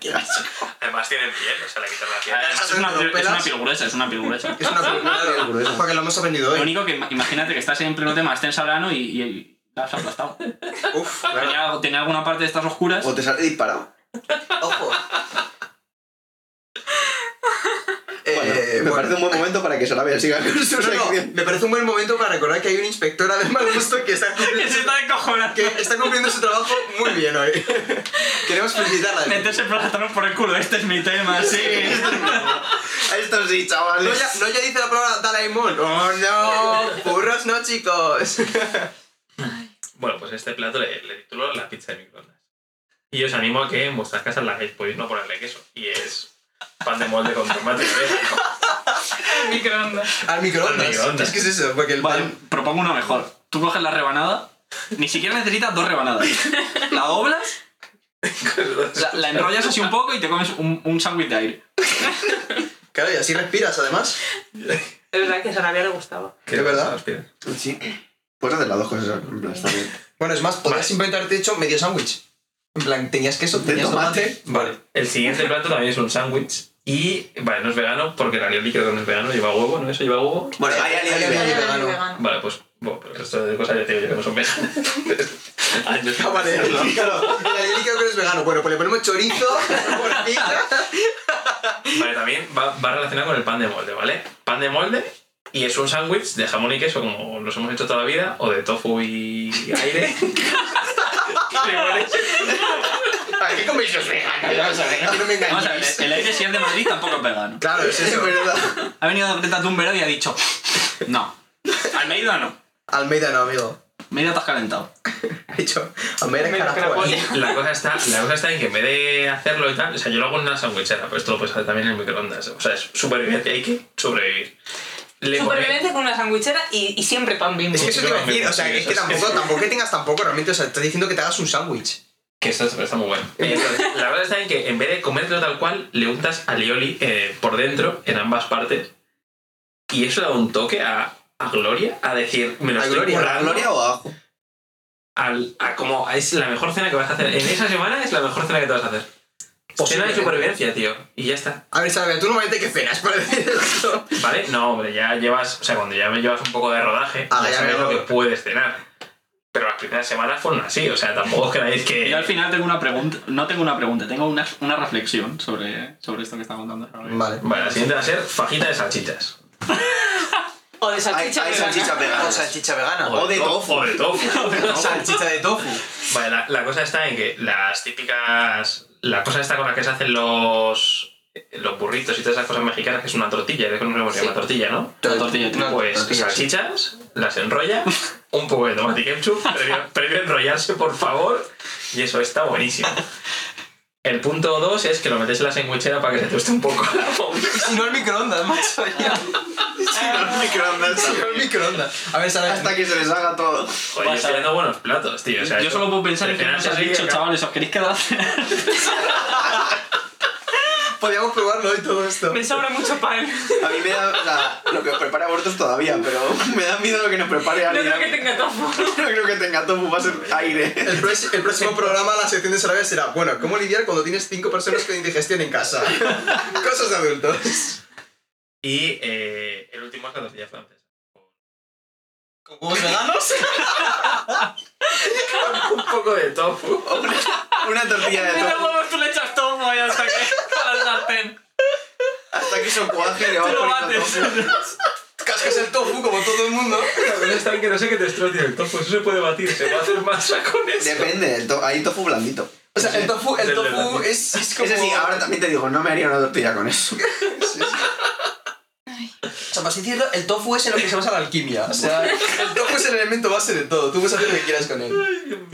S6: Qué asco.
S1: Además tienen piel, o sea, le quitas la piel.
S4: es una, es una piel gruesa, es una piel gruesa.
S3: Es una película porque lo hemos aprendido
S4: Lo
S3: hoy.
S4: único que ima- imagínate que estás en pleno tema, estás en Sabrano y, y, y la has aplastado.
S3: Uf, claro.
S4: Tenía, tenía alguna parte de estas oscuras.
S6: O te sale disparado.
S3: Ojo.
S6: Bueno,
S3: Eh,
S6: me
S3: bueno.
S6: parece un buen momento para que Sarabia siga con su
S3: No, no,
S6: sección.
S3: me parece un buen momento para recordar que hay una inspectora de mal gusto que está
S4: Que
S3: cumpliendo,
S4: se está descojonando.
S3: que está cumpliendo su trabajo muy bien hoy. Queremos felicitarla.
S4: Meterse plátanos por el culo, este es mi tema, sí.
S6: Esto sí,
S3: No
S6: chavales.
S3: ya, no ya dice la palabra Dalaimon. Oh no, burros no, chicos.
S1: Bueno, pues este plato le, le titulo la pizza de microondas. Y os animo a que en vuestras casas la hagáis, podéis no ponerle queso. Y es pan de molde con tomate. y orégano.
S5: Microondas.
S3: Al
S1: Al
S3: microondas.
S1: microondas.
S3: Es que es eso, porque el
S4: Vale,
S3: pan.
S4: propongo una mejor. Tú coges la rebanada, ni siquiera necesitas dos rebanadas. La doblas, la, la enrollas así un poco y te comes un, un sándwich de aire.
S3: Claro, y así respiras además.
S5: Es verdad que a Sarabia le gustaba.
S3: Es verdad.
S1: Os pido.
S6: Sí. Puedes hacer las dos cosas, en plan, está bien.
S3: Bueno, es más, podrías simplemente haberte hecho medio sándwich. En plan, tenías queso,
S6: ¿De
S3: tenías tomate.
S1: Vale. El siguiente plato también es un sándwich. Y, vale, no es vegano, porque el alioli creo que no es vegano, lleva huevo, ¿no? Eso lleva huevo.
S6: Bueno, hay
S3: Hay
S6: alguien
S3: alioli
S6: que-
S3: vegano.
S1: Vale, pues, bueno, pero el resto de cosas ya te digo yo que no son veganas. Ay, yo-
S3: Ah, vale, claro. El alioli creo que no es vegano. Bueno, pues le ponemos chorizo, morcilla.
S1: Vale, también va, va relacionado con el pan de molde, ¿vale? Pan de molde y es un sándwich de jamón y queso, como los hemos hecho toda la vida, o de tofu y aire. Le pones-
S3: ¿Para qué coméis los veganos? Vamos a ver, a mí no me
S4: Vamos a ver,
S3: engañéis.
S4: el aire si es de Madrid tampoco es vegano.
S3: Claro, es eso.
S4: Ha venido Greta Thunberg y ha dicho, no, Almeida no,
S3: Almeida no, amigo.
S4: Almeida te has calentado.
S3: Ha dicho, Almeida es
S5: Almeida
S3: caracola.
S5: caracola.
S1: la cosa está la cosa está en que en vez de hacerlo y tal o sea yo lo hago en una sandwichera pero esto lo puedes hacer también en el microondas o sea es supervivencia hay que sobrevivir Le pone-
S5: Supervivencia con una sandwichera y, y siempre pan bimbo.
S3: Es que eso te iba a decir, o sea, que es que tampoco, tampoco que tengas tampoco realmente, o sea, estás diciendo que te hagas un sándwich.
S1: que esto esto está muy bueno Entonces, la cosa está en que en vez de comértelo tal cual le untas alioli eh, por dentro en ambas partes y eso le da un toque a, a Gloria a decir me lo
S3: A
S1: estoy
S3: Gloria, a
S1: currando.
S6: ¿Gloria o ajo?
S1: al, a como es la mejor cena que vas a hacer. En esa semana es la mejor cena que te vas a hacer. Cena de
S3: Posiblemente.
S1: supervivencia, tío. Y ya está.
S3: A ver, Sarabia, tú normalmente qué cenas para decir eso.
S1: ¿Vale? No, hombre, ya llevas. O sea, cuando ya me llevas un poco de rodaje,
S3: Ah,
S1: ya
S3: ya
S1: sabes
S3: veo.
S1: lo que puedes cenar. Pero las primeras semanas fueron así, o sea, tampoco creáis que.
S4: Yo al final tengo una pregunta, no tengo una pregunta, tengo una, una reflexión sobre, sobre esto que está contando.
S3: Vale.
S1: Vale, la siguiente va a ser fajita de salchichas.
S5: O de
S6: Hay,
S5: salchicha
S6: hay
S5: vegana.
S6: salchicha
S8: O
S6: vegana.
S8: salchicha vegana.
S1: O
S6: O de tofu.
S1: O de tofu.
S8: salchicha de tofu.
S1: Vale, la, la cosa está en que las típicas. La cosa está con la que se hacen los. Los burritos y todas esas cosas mexicanas, que es una tortilla, que no sé cómo se llama, tortilla, ¿no?
S4: Una tortilla, tío.
S1: pues
S8: tortilla, sí.
S1: salchichas, las enrolla, un poco de tomate y ketchup, previo, previo a enrollarse, por favor, y eso está buenísimo. El punto 2 es que lo metes en la sandwichera para que se tueste un poco la bomba.
S8: Si no el microondas, macho. Ya.
S6: Microondas.
S8: Si no el microondas. A ver, Sara.
S6: Hasta que se les haga todo.
S1: Joder, yo estoy viendo buenos platos, tío. o sea,
S4: Yo
S1: esto-
S4: solo puedo pensar en que no
S1: cenar
S4: os has
S1: así,
S4: dicho,
S1: acá-
S4: chavales, ¿os queréis quedar?
S8: Podríamos probarlo y todo esto.
S5: Me sobra mucho pan.
S6: A mí me da. O sea, lo que os prepara vosotros todavía, pero me da miedo lo que nos prepare
S5: No
S6: alguien.
S5: creo que tenga tofu.
S6: No creo que tenga tofu, va a ser aire.
S3: El, prox- el próximo programa, la sección de Sarabia será, bueno, ¿cómo lidiar cuando tienes cinco personas con indigestión en casa? Cosas de adultos.
S1: Y eh, el último es la tortilla francesa.
S8: ¿Con huevos veganos?
S1: un poco de tofu.
S6: Una tortilla de
S5: Pero
S6: tofu.
S5: huevos tú le echas tofu ahí hasta que. a la sartén.
S6: Hasta que eso cuaje le
S5: Te lo
S6: va a poner
S5: bates.
S6: tofu.
S8: Cascas el tofu como todo el mundo.
S1: La cosa está en que no sé qué te extraña el tofu, pues, eso se puede batir, se puede hacer masa con eso.
S6: Depende, el to- hay tofu blandito.
S8: O sea, el tofu, el
S1: Del
S8: tofu
S1: verano.
S8: es, es como...
S6: Ese sí, ahora también te digo, no me haría una tortilla con eso.
S8: O sea, para así decirlo, el tofu es en lo que se basa la alquimia. O sea, el tofu es el elemento base de todo. Tú puedes hacer lo que quieras con él.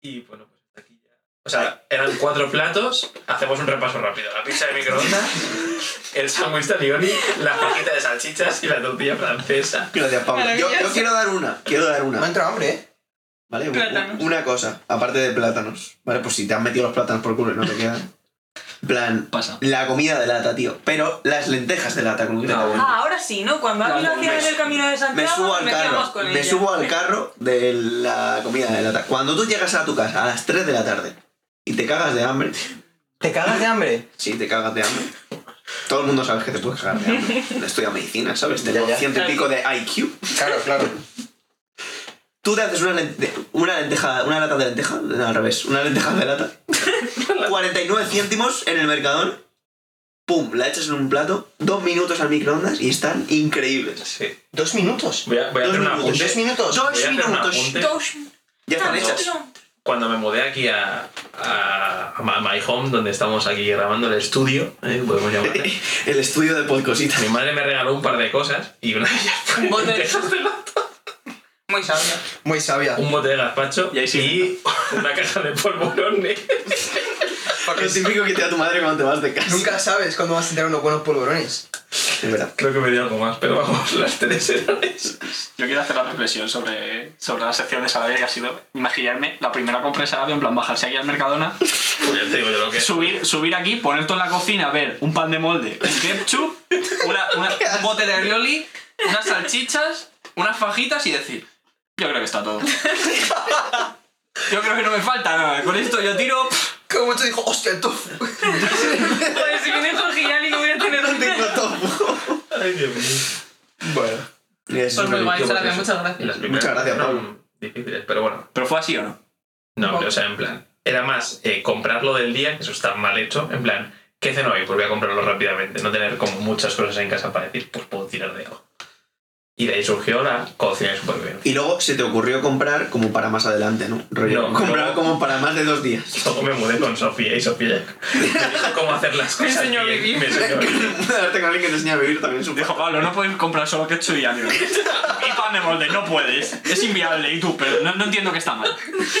S1: Y bueno, pues hasta aquí ya. O sea, eran cuatro platos. Hacemos un repaso rápido. La pizza de microondas, el sándwich de alioli, la fajita de salchichas y la tortilla francesa.
S6: Gracias, Pablo. Yo, yo quiero dar una, quiero dar
S3: Me ha
S6: una.
S3: entrado hambre, ¿eh?
S6: ¿Vale? Un-
S5: Plátanos.
S6: Una cosa, aparte de plátanos. Vale, pues si te han metido los plátanos por culo y no te quedan. Plan,
S4: Pasa.
S6: la comida de lata, tío. Pero las lentejas de lata, concretamente.
S5: Ah, ahora sí, ¿no? Cuando alguien lo hacía en el camino de
S6: Me
S5: Santiago,
S6: subo
S5: nos
S6: al
S5: metíamos
S6: carro.
S5: con
S6: Me
S5: ella.
S6: subo al carro de la comida de lata. Cuando tú llegas a tu casa a las 3 de la tarde y te cagas de hambre,
S8: ¿Te cagas de hambre?
S6: sí, te cagas de hambre. Todo el mundo sabe que te puedes cagar de hambre. Estudia medicina, ¿sabes? Tengo
S8: ya.
S6: ciento y pico de IQ.
S8: Claro, claro.
S6: Tú te haces una, lente- una lenteja, una lata de lenteja, no, al revés, una lenteja de lata. 49 céntimos en el mercadón. Pum, la echas en un plato, dos minutos al microondas y están increíbles.
S1: Sí.
S3: Dos minutos.
S1: Voy a, voy a
S6: Dos
S1: hacer un
S6: minutos.
S1: apunte.
S3: Dos minutos.
S6: Dos
S1: Voy a hacer un
S6: minutos.
S1: apunte.
S5: Dos.
S6: Ya están hechas.
S1: Cuando me mudé aquí a, a, a My Home, donde estamos aquí grabando el estudio, ¿eh? podemos llamarle.
S6: El estudio de podcositas.
S1: Mi madre me regaló un par de cosas y una de ellas fue
S5: Un bote de-
S1: lentejas de lata,
S5: Muy sabio.
S3: Muy sabia.
S1: un bote de gazpacho
S4: Y ahí sí.
S1: y una caja de polvorones.
S6: Lo típico que te da tu madre cuando te vas de casa.
S3: Nunca sabes cuándo vas a entrar unos buenos polvorones.
S6: Es verdad.
S1: Creo que me dio algo más, pero vamos, las tres eran esas.
S4: Yo quiero hacer la reflexión sobre, sobre la sección de Sarabia que ha sido imaginarme la primera compra de Sarabia, en plan bajarse aquí al Mercadona,
S1: Pues ya te digo yo lo que es.
S4: subir, subir aquí, poner todo en la cocina, ver un pan de molde, un ketchup, una, una- un bote de aioli, unas salchichas, unas fajitas y decir, yo creo que está todo. Yo creo que no me falta nada. Con esto yo tiro... pff,
S8: Como mucho dijo, hostia, el tofu.
S5: Joder, si viene Jorge y Ali no voy a tener nada.
S1: Ay, Dios mío.
S6: Bueno.
S1: Pues
S5: Son muy guays, Sarabia, muchas
S1: Y
S5: gracias.
S1: las primeras
S6: Muchas gracias,
S1: fueron
S6: Pablo.
S1: Difíciles, pero bueno.
S4: ¿Pero fue así o no?
S1: No, pero o sea, en plan. Era más eh, comprarlo del día, que eso está mal hecho. En plan, ¿qué ceno hoy? Pues voy a comprarlo rápidamente. No tener como muchas cosas en casa para decir, pues puedo tirar de algo. Y de ahí surgió la cocina súper bien.
S6: Y luego se te ocurrió comprar como para más adelante, ¿no? Rollo,
S1: No,
S6: comprar
S1: no.
S6: como para más de dos días.
S1: Luego me mudé con Sofía y Sofía me dijo cómo hacer las
S5: Me
S1: cosas.
S5: enseñó a
S1: bien,
S5: vivir.
S1: Me enseñó a vivir.
S6: Tengo alguien que te enseña a vivir también,
S4: Dijo,
S6: supongo.
S4: Pablo, no puedes comprar solo ketchup y aioli. Y pan de molde, no puedes. Es inviable. Y tú, pero no, no entiendo qué está mal.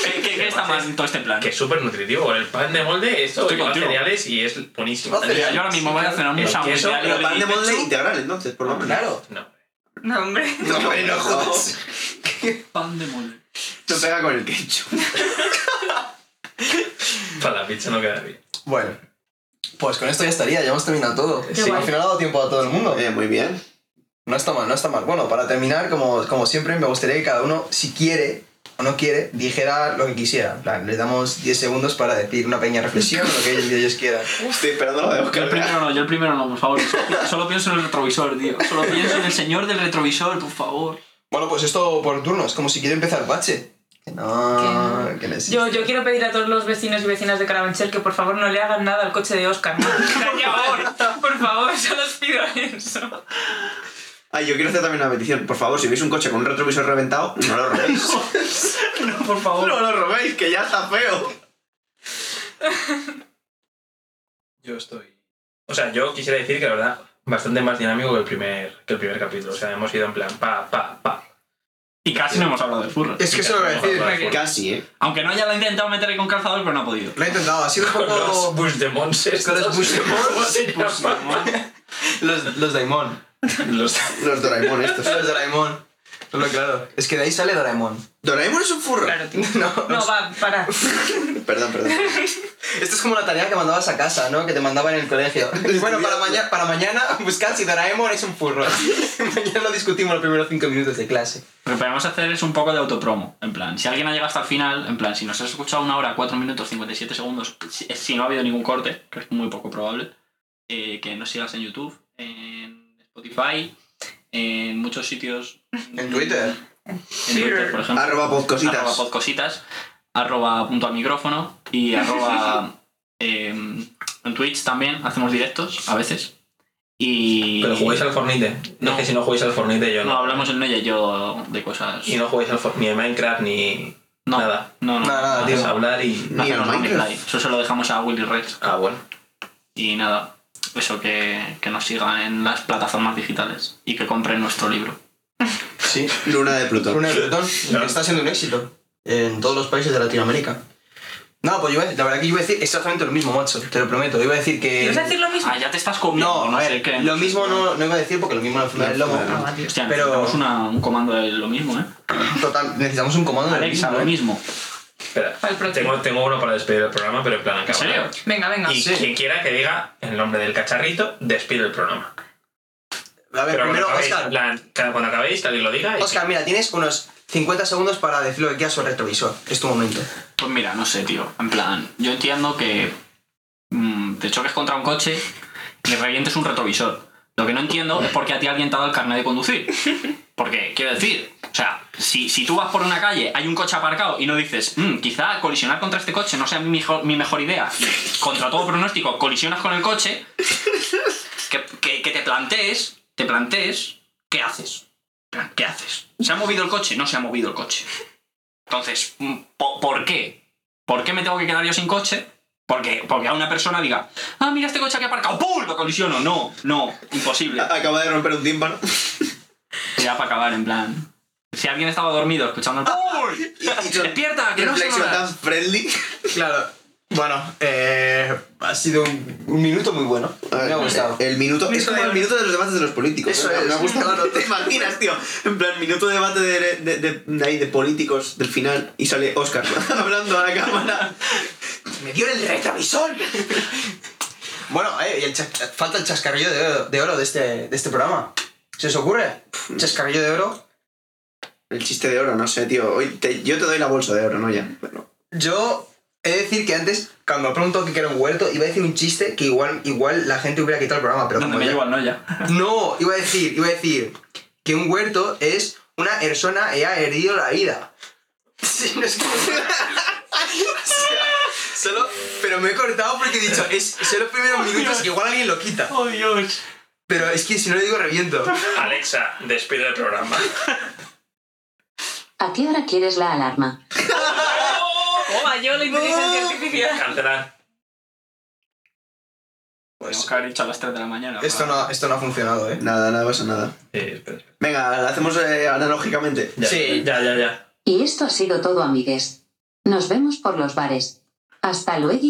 S4: ¿Qué, qué- qué está mal en todo este plan?
S1: Que es súper nutritivo. El pan de molde, esto
S4: Estoy
S1: lleva
S4: contigo.
S1: cereales y es buenísimo.
S3: No,
S4: Mira, yo ahora mismo voy a cenar un
S1: El
S4: sándwich
S1: queso,
S4: de
S6: Pero
S4: alioli
S6: pan de
S4: y
S6: molde
S4: ketchup.
S6: integral, entonces, por lo menos.
S8: Claro.
S1: No.
S5: No, hombre.
S6: No, no, no, jodas.
S4: Pan de molde.
S6: No pega con el ketchup.
S1: Para la pizza no queda bien.
S3: Bueno. Pues con esto ya estaría, ya hemos terminado todo.
S1: Sí.
S3: Al final ha dado tiempo a todo el mundo.
S6: Eh, muy bien.
S3: No está mal, no está mal. Bueno, para terminar, como, como siempre, me gustaría que cada uno, si quiere o no quiere, dijera lo que quisiera. En plan, les damos 10 segundos para decir una pequeña reflexión o lo que ellos, ellos quieran.
S6: Estoy esperando la de
S4: Yo el
S6: Oscar.
S4: primero no, yo el primero no, por favor. Solo, solo pienso en el retrovisor, tío. Solo pienso en el señor del retrovisor, por favor.
S3: Bueno, pues esto por turnos, como si quiere empezar Bache. Que no, que no existe.
S5: Yo, yo quiero pedir a todos los vecinos y vecinas de Carabanchel que por favor no le hagan nada al coche de Oscar. ¿no? por favor, por favor, solo os pido eso.
S6: Ay, yo quiero hacer también una petición. Por favor, si veis un coche con un retrovisor reventado, no lo robéis.
S4: No, por favor.
S6: no lo robéis, que ya está feo.
S1: Yo estoy. O sea, yo quisiera decir que la verdad, bastante más dinámico que el primer, que el primer capítulo. O sea, hemos ido en plan pa, pa, pa.
S4: Y casi no hemos hablado de furros.
S3: Es que eso lo voy a decir.
S6: Casi, ¿eh?
S4: Aunque no ya lo he intentado meter con calzador, pero no ha podido.
S3: Lo he intentado, ha sido un
S1: Con los
S3: poco.
S1: Bush Oh, pues de Monses.
S3: Con los Bushdemons,
S1: ¿Cómo se
S3: pues,
S1: llama?
S3: Los, los Daimon.
S1: Los-
S6: Los Doraemon estos.
S3: Los Doraemon. No, claro. Es que de ahí sale Doraemon.
S6: Doraemon es un furro.
S5: Claro, tío.
S3: No,
S5: No, va, para.
S6: Eh, Perdón, perdón.
S3: Esto es como la tarea que mandabas a casa, ¿no? Que te mandaban en el colegio. Bueno, para, maña- para mañana buscad si Doraemon es un furro. mañana lo discutimos los primeros cinco minutos de clase.
S4: Lo que podemos hacer es un poco de autopromo. En plan, si alguien ha llegado hasta el final, en plan, si nos has escuchado una hora, 4 minutos, 57 segundos, si, eh, si no ha habido ningún corte, que es muy poco probable, eh, que nos sigas en YouTube, en Spotify, en muchos sitios.
S3: En Twitter.
S4: En Twitter, por ejemplo.
S6: Arroba podcositas.
S4: Arroba podcositas. Arroba punto a micrófono. Y arroba. eh, en Twitch también hacemos directos, a veces. Y.
S1: Pero jugáis al Fornite.
S4: No.
S1: No. Es que si no jugáis al Fornite, yo
S4: No,
S1: no.
S4: hablamos en ella y yo de cosas.
S1: Y no jugáis al Fortnite, ni al Minecraft, ni
S4: No,
S1: nada.
S4: No, no.
S3: Nada, nada, tío.
S1: Vais a hablar y.
S4: No
S6: Ni al
S4: hacemos Rocket
S6: Minecraft.
S4: Live. Eso se lo dejamos a Willy Red.
S1: Ah, bueno.
S4: Y nada, eso que, que nos sigan en las plataformas digitales y que compren nuestro libro.
S3: Sí.
S6: Luna de Plutón.
S3: Luna de Plutón, que está siendo un éxito en todos los países de Latinoamérica. No, pues yo, iba- la verdad que yo iba a decir exactamente lo mismo, macho, te lo prometo. Iba a decir que.
S5: ¿Ibas a decir lo mismo?
S4: Ah, ya te estás
S3: No,
S4: copiando.
S3: a
S4: sé
S3: ver,
S4: qué.
S3: lo mismo no, no iba a decir porque lo mismo no enfermedad del lomo.
S6: Claro.
S4: Hostia,
S3: pero-
S4: necesitamos una- un comando de lo mismo, ¿eh?
S3: Total, necesitamos un comando de
S4: Alexa, lo
S3: ¿eh?
S4: mismo.
S1: Espera.
S5: Al próximo.
S1: Tengo, tengo uno para despedir el programa, pero en plan
S4: ¿En
S1: acaba.
S4: serio? Ah,
S5: Venga, venga.
S1: Y quien quiera que diga el nombre del cacharrito, despide el programa.
S3: A ver,
S1: Pero
S3: primero,
S1: cuando acabéis,
S3: Oscar.
S1: la- cada- cuando acabéis, que alguien lo diga. y-
S3: Oscar, mira, tienes unos 50 segundos para decir lo que quieras sobre el retrovisor. Es tu momento.
S4: Pues mira, no sé, tío. En plan, yo entiendo que mm, te choques contra un coche y revientes un retrovisor. Lo que no entiendo es por qué a ti alguien te ha dado el carnet de conducir. Porque, quiero decir, o sea, si, si tú vas por una calle, hay un coche aparcado y no dices, "Mm, quizá colisionar contra este coche no sea mi mejor, mi mejor idea, y contra todo pronóstico, colisionas con el coche, que, que- que te plantees, te plantees, ¿qué haces? En plan, ¿Qué haces? ¿Se ha movido el coche? No se ha movido el coche. Entonces, mm, po- ¿por qué? ¿Por qué me tengo que quedar yo sin coche? Porque, porque a una persona diga, ah, mira este coche aquí aparcado, ¡pum! Lo colisiono. No, no, imposible.
S6: Acaba de romper un tímpano.
S4: Ya para acabar, en plan. Si alguien estaba dormido escuchando el. ¡Uy! ¡Despierta! ¡Que no son
S6: Reflexión
S4: horas!
S6: tan friendly.
S3: Claro. Bueno, eh, ha sido un, un minuto muy bueno. Eh, Me ha gustado.
S6: El minuto. Es como el minuto de los debates de los políticos.
S3: Eso
S6: Me ha-
S3: es.
S6: Me ha gustado. No te imaginas, tío. En plan, minuto de debate de, de, de, de ahí, de políticos del final. Y sale Oscar hablando a la cámara.
S3: ¡Me dio el retrovisor! bueno, eh, y el chas- falta el chascarrillo de oro de, oro de este, de este programa. ¿Se os ocurre? Chascarrillo de oro.
S6: El chiste de oro, no sé, tío. Hoy te- yo te doy la bolsa de oro, ¿no? Ya. Pero-
S3: Yo he de decir que antes, cuando me preguntó que era un huerto, iba a decir un chiste que igual, igual la gente hubiera quitado el programa, pero
S4: Donde
S3: como
S4: me
S3: ya-
S4: llevo al Noya.
S3: No, iba a decir, iba a decir que un huerto es una persona que ha herido la vida. Sí, no es que... O sea, solo... Pero me he cortado porque he dicho, es, son los primeros minutos que igual alguien lo quita.
S4: ¡Oh, Dios!
S3: Pero es que si no lo digo, reviento.
S1: Alexa, despide el programa.
S2: ¿A qué hora quieres la alarma?
S5: Toma, yo la inteligencia artificial.
S1: Cancelar.
S4: Tenemos que haber dicho a las 3 de la mañana.
S3: Esto
S4: para-
S3: no, esto no ha funcionado, ¿eh?
S6: Nada, nada pasa nada.
S1: Sí, espera, espera.
S6: Venga, lo hacemos eh, analógicamente.
S1: Ya,
S3: Sí.
S1: Ya, ya, ya.
S2: Y esto ha sido todo, amigues. Nos vemos por los bares. Hasta luego.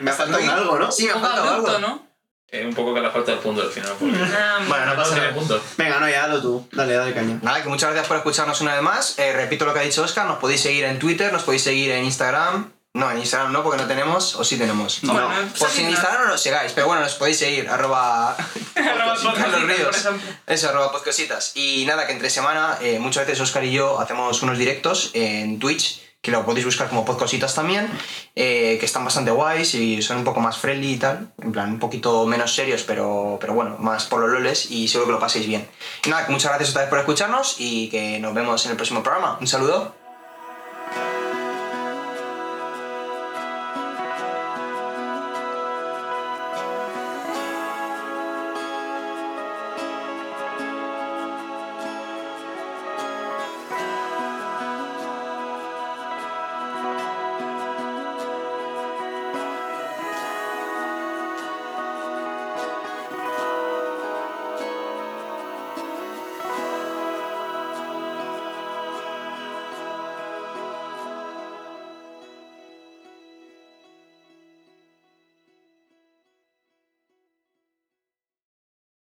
S6: Me ha faltado un Ah, algo, ¿no?
S3: Sí, me ha
S5: Poco
S3: faltado
S5: abrupto,
S3: algo.
S5: ¿no?
S1: Eh, un poco que la falta el punto al final. Porque...
S5: Ah,
S3: Bueno, no pasa
S1: tiene
S3: nada.
S1: punto.
S6: Venga, no, ya, hazlo tú. Dale, dale caña.
S3: Nada, que muchas gracias por escucharnos una vez más. Eh, repito lo que ha dicho Oscar, nos podéis seguir en Twitter, nos podéis seguir en Instagram. No, en Instagram no, porque no tenemos, o sí tenemos.
S4: No,
S5: bueno,
S4: no.
S5: pues
S3: Pues
S5: sí,
S3: en
S5: no.
S3: Instagram no los sigáis, pero bueno, nos podéis seguir, arroba...
S5: Arroba
S3: Carlos
S5: podcasitas,
S3: Ríos.
S5: por ejemplo.
S3: Eso, arroba podcositas. Y nada, que entre semana, eh, muchas veces Oscar y yo hacemos unos directos en Twitch, que lo podéis buscar como podcositas también, eh, que están bastante guays y son un poco más friendly y tal, en plan, un poquito menos serios, pero, pero bueno, más por los loles y seguro que lo paséis bien. Y nada, que muchas gracias otra vez por escucharnos y que nos vemos en el próximo programa. Un saludo.